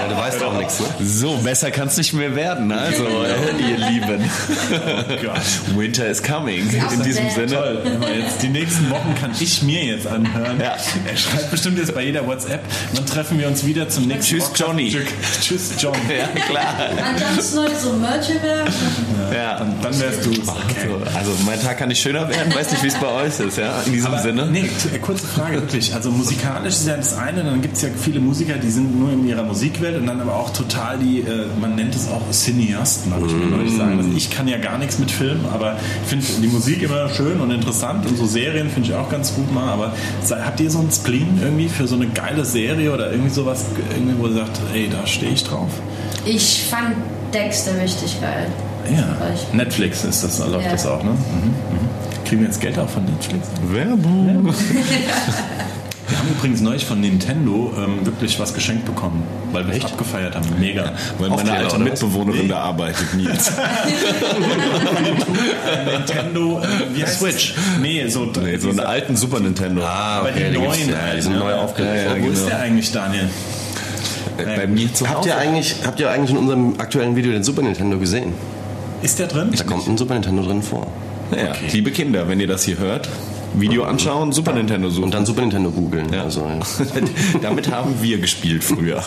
[SPEAKER 4] Ja, du weißt auch nichts, ne?
[SPEAKER 7] So, besser kann es nicht mehr werden. Also, ihr Lieben. Winter is coming. In diesem
[SPEAKER 5] sehr
[SPEAKER 7] Sinne.
[SPEAKER 2] Toll. Wenn wir Jetzt, die nächsten Wochen kann ich mir jetzt anhören.
[SPEAKER 7] Ja.
[SPEAKER 2] Er schreibt bestimmt jetzt bei jeder WhatsApp. Dann treffen wir uns wieder zum nächsten
[SPEAKER 7] Tschüss,
[SPEAKER 2] Podcast.
[SPEAKER 7] Johnny.
[SPEAKER 2] Tschüss, John.
[SPEAKER 7] [laughs] Ja, klar.
[SPEAKER 5] An Jon Snow so Merger wäre.
[SPEAKER 7] Ja.
[SPEAKER 2] Dann, dann wärst du
[SPEAKER 7] So, Also, mein Tag kann nicht schöner werden. Weiß nicht, wie es bei euch ist, ja? In diesem
[SPEAKER 2] Aber,
[SPEAKER 7] Sinne.
[SPEAKER 2] Nee, t- äh, kurze Frage wirklich. Also musikalisch ist ja das eine, dann gibt es ja viele Musiker, die sind nur in ihrer Musikwelt und dann aber auch total die, äh, man nennt es auch Cineasten, habe ich mir neulich sagen lassen. Ich kann ja gar nichts mit Film, aber ich finde die Musik immer schön und interessant und so Serien finde ich auch ganz gut mal, aber sei- habt ihr so einen Spleen irgendwie für so eine geile Serie oder irgendwie sowas, irgendwie, wo ihr sagt, ey, da stehe ich drauf?
[SPEAKER 5] Ich fand Dexter richtig geil.
[SPEAKER 2] Ja.
[SPEAKER 5] Gleich.
[SPEAKER 2] Netflix ist das, läuft
[SPEAKER 5] Ja.
[SPEAKER 2] das auch, ne? Mhm. Mhm. Kriegen wir jetzt Geld auch von Netflix?
[SPEAKER 7] Werbung.
[SPEAKER 2] Wir haben übrigens neulich von Nintendo ähm, wirklich was geschenkt bekommen, weil wir es abgefeiert haben. Mega.
[SPEAKER 7] Weil meine alte Mitbewohnerin da arbeitet, [laughs] Nils.
[SPEAKER 2] Nintendo äh, wie heißt Switch. Nee, so,
[SPEAKER 7] Nee, so einen alten Super Nintendo.
[SPEAKER 4] Ah,
[SPEAKER 2] Aber die
[SPEAKER 4] die
[SPEAKER 2] neuen
[SPEAKER 4] gibt's- ja, genau. die sind
[SPEAKER 2] halt,
[SPEAKER 4] neu
[SPEAKER 2] ne?
[SPEAKER 4] aufgelegt.
[SPEAKER 2] Wo ist der eigentlich, Daniel?
[SPEAKER 7] genau. Bei mir zu
[SPEAKER 4] Habt
[SPEAKER 7] Hause.
[SPEAKER 4] ihr, eigentlich, habt ihr eigentlich in unserem aktuellen Video den Super Nintendo gesehen?
[SPEAKER 2] Ist der drin?
[SPEAKER 4] Da kommt ein Super Nintendo drin vor.
[SPEAKER 7] Ja, Liebe Kinder, wenn ihr das hier hört, Video anschauen, Super Nintendo suchen.
[SPEAKER 4] Und dann Super Nintendo googeln.
[SPEAKER 7] Ja.
[SPEAKER 4] Also, ja.
[SPEAKER 7] [laughs] Damit haben wir gespielt [laughs] früher.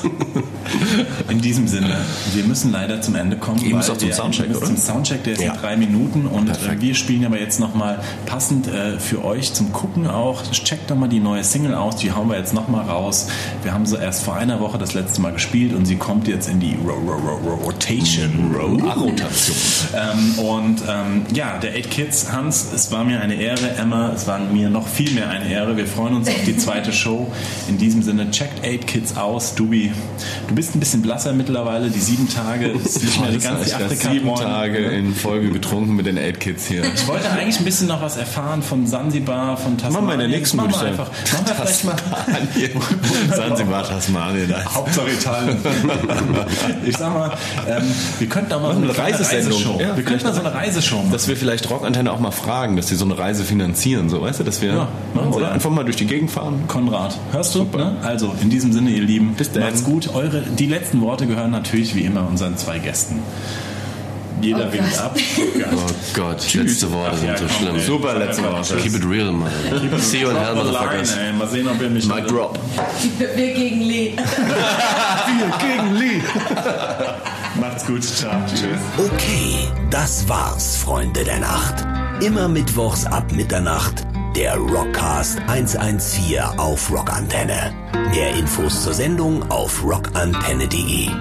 [SPEAKER 2] In diesem Sinne, wir müssen leider zum Ende kommen.
[SPEAKER 7] Ihr müsst
[SPEAKER 2] weil
[SPEAKER 7] auch zum
[SPEAKER 2] wir-
[SPEAKER 7] Soundcheck,
[SPEAKER 2] wir müssen
[SPEAKER 7] oder?
[SPEAKER 2] Zum Soundcheck, der ist
[SPEAKER 7] Ja.
[SPEAKER 2] in drei Minuten und äh,
[SPEAKER 7] Perfekt.
[SPEAKER 2] wir spielen aber jetzt nochmal passend äh, für euch zum Gucken auch. Checkt doch mal die neue Single aus, die hauen wir jetzt nochmal raus. Wir haben sie erst vor einer Woche das letzte Mal gespielt und sie kommt jetzt in die Ro Ro Ro Ro Rotation. Ro Rotation. ähm, und ähm, ja, der Eight Kids, Hans, es war mir eine Ehre, Emma, es war mir noch viel mehr eine Ehre. Wir freuen uns auf die zweite Show. In diesem Sinne, checkt Eight Kids aus. Dubi, du bist ein bisschen blasser mittlerweile, die sieben
[SPEAKER 7] [laughs]
[SPEAKER 2] Tage, es ist nicht mehr die ganze
[SPEAKER 7] Ich hab
[SPEAKER 2] Afrika
[SPEAKER 7] sieben Tage in Folge getrunken mit den Eight Kids hier.
[SPEAKER 2] ich wollte eigentlich ein bisschen noch was erfahren von Sansibar, von Tasmanien.
[SPEAKER 7] Machen wir in der nächsten
[SPEAKER 2] Machen wir
[SPEAKER 7] Büchse.
[SPEAKER 2] einfach. Machen wir vielleicht mal.
[SPEAKER 7] [laughs] Sansibar, Tasmanien. da
[SPEAKER 2] [laughs]
[SPEAKER 7] ist-
[SPEAKER 2] Hauptsache
[SPEAKER 7] [laughs]
[SPEAKER 2] Italien. ich sag mal, ähm, wir könnten da mal so
[SPEAKER 7] Machen wir
[SPEAKER 2] eine
[SPEAKER 7] eine
[SPEAKER 2] kleine
[SPEAKER 7] Reisesendung.
[SPEAKER 2] Reiseshow.
[SPEAKER 7] Ja,
[SPEAKER 2] wir könnten mal so eine Reiseshow machen.
[SPEAKER 7] Dass wir vielleicht Rockantenne auch mal fragen, dass die so eine Reise finanzieren, so weißt du, dass wir
[SPEAKER 2] Ja, machen sie
[SPEAKER 7] oder
[SPEAKER 2] ja.
[SPEAKER 7] einfach mal durch die Gegend fahren.
[SPEAKER 2] Konrad, hörst du? Ne? Also, in diesem Sinne, ihr Lieben,
[SPEAKER 7] Bis dann.
[SPEAKER 2] macht's gut. Eure, die letzten Worte gehören natürlich wie immer unseren zwei Gästen. Jeder
[SPEAKER 5] Oh
[SPEAKER 2] winkt
[SPEAKER 5] Gott. [laughs]
[SPEAKER 2] ab. Gott.
[SPEAKER 4] Oh Gott, letzte Worte
[SPEAKER 2] Ach ja,
[SPEAKER 4] sind so
[SPEAKER 2] komm,
[SPEAKER 4] schlimm.
[SPEAKER 2] ey.
[SPEAKER 7] Super letzte Worte.
[SPEAKER 4] Keep it real, man. See you in hell,
[SPEAKER 2] Drop the
[SPEAKER 4] motherfuckers.
[SPEAKER 2] line, ey. Mal sehen, ob ihr mich...
[SPEAKER 4] Mic drop.
[SPEAKER 5] Wir gegen Lee.
[SPEAKER 7] Gegen Lee.
[SPEAKER 2] [laughs] Macht's gut. Ciao. Tschüss.
[SPEAKER 1] Okay, das war's, Freunde der Nacht. Immer mittwochs ab Mitternacht der Rockcast 114 auf Rockantenne. Mehr Infos zur Sendung auf rockantenne.de.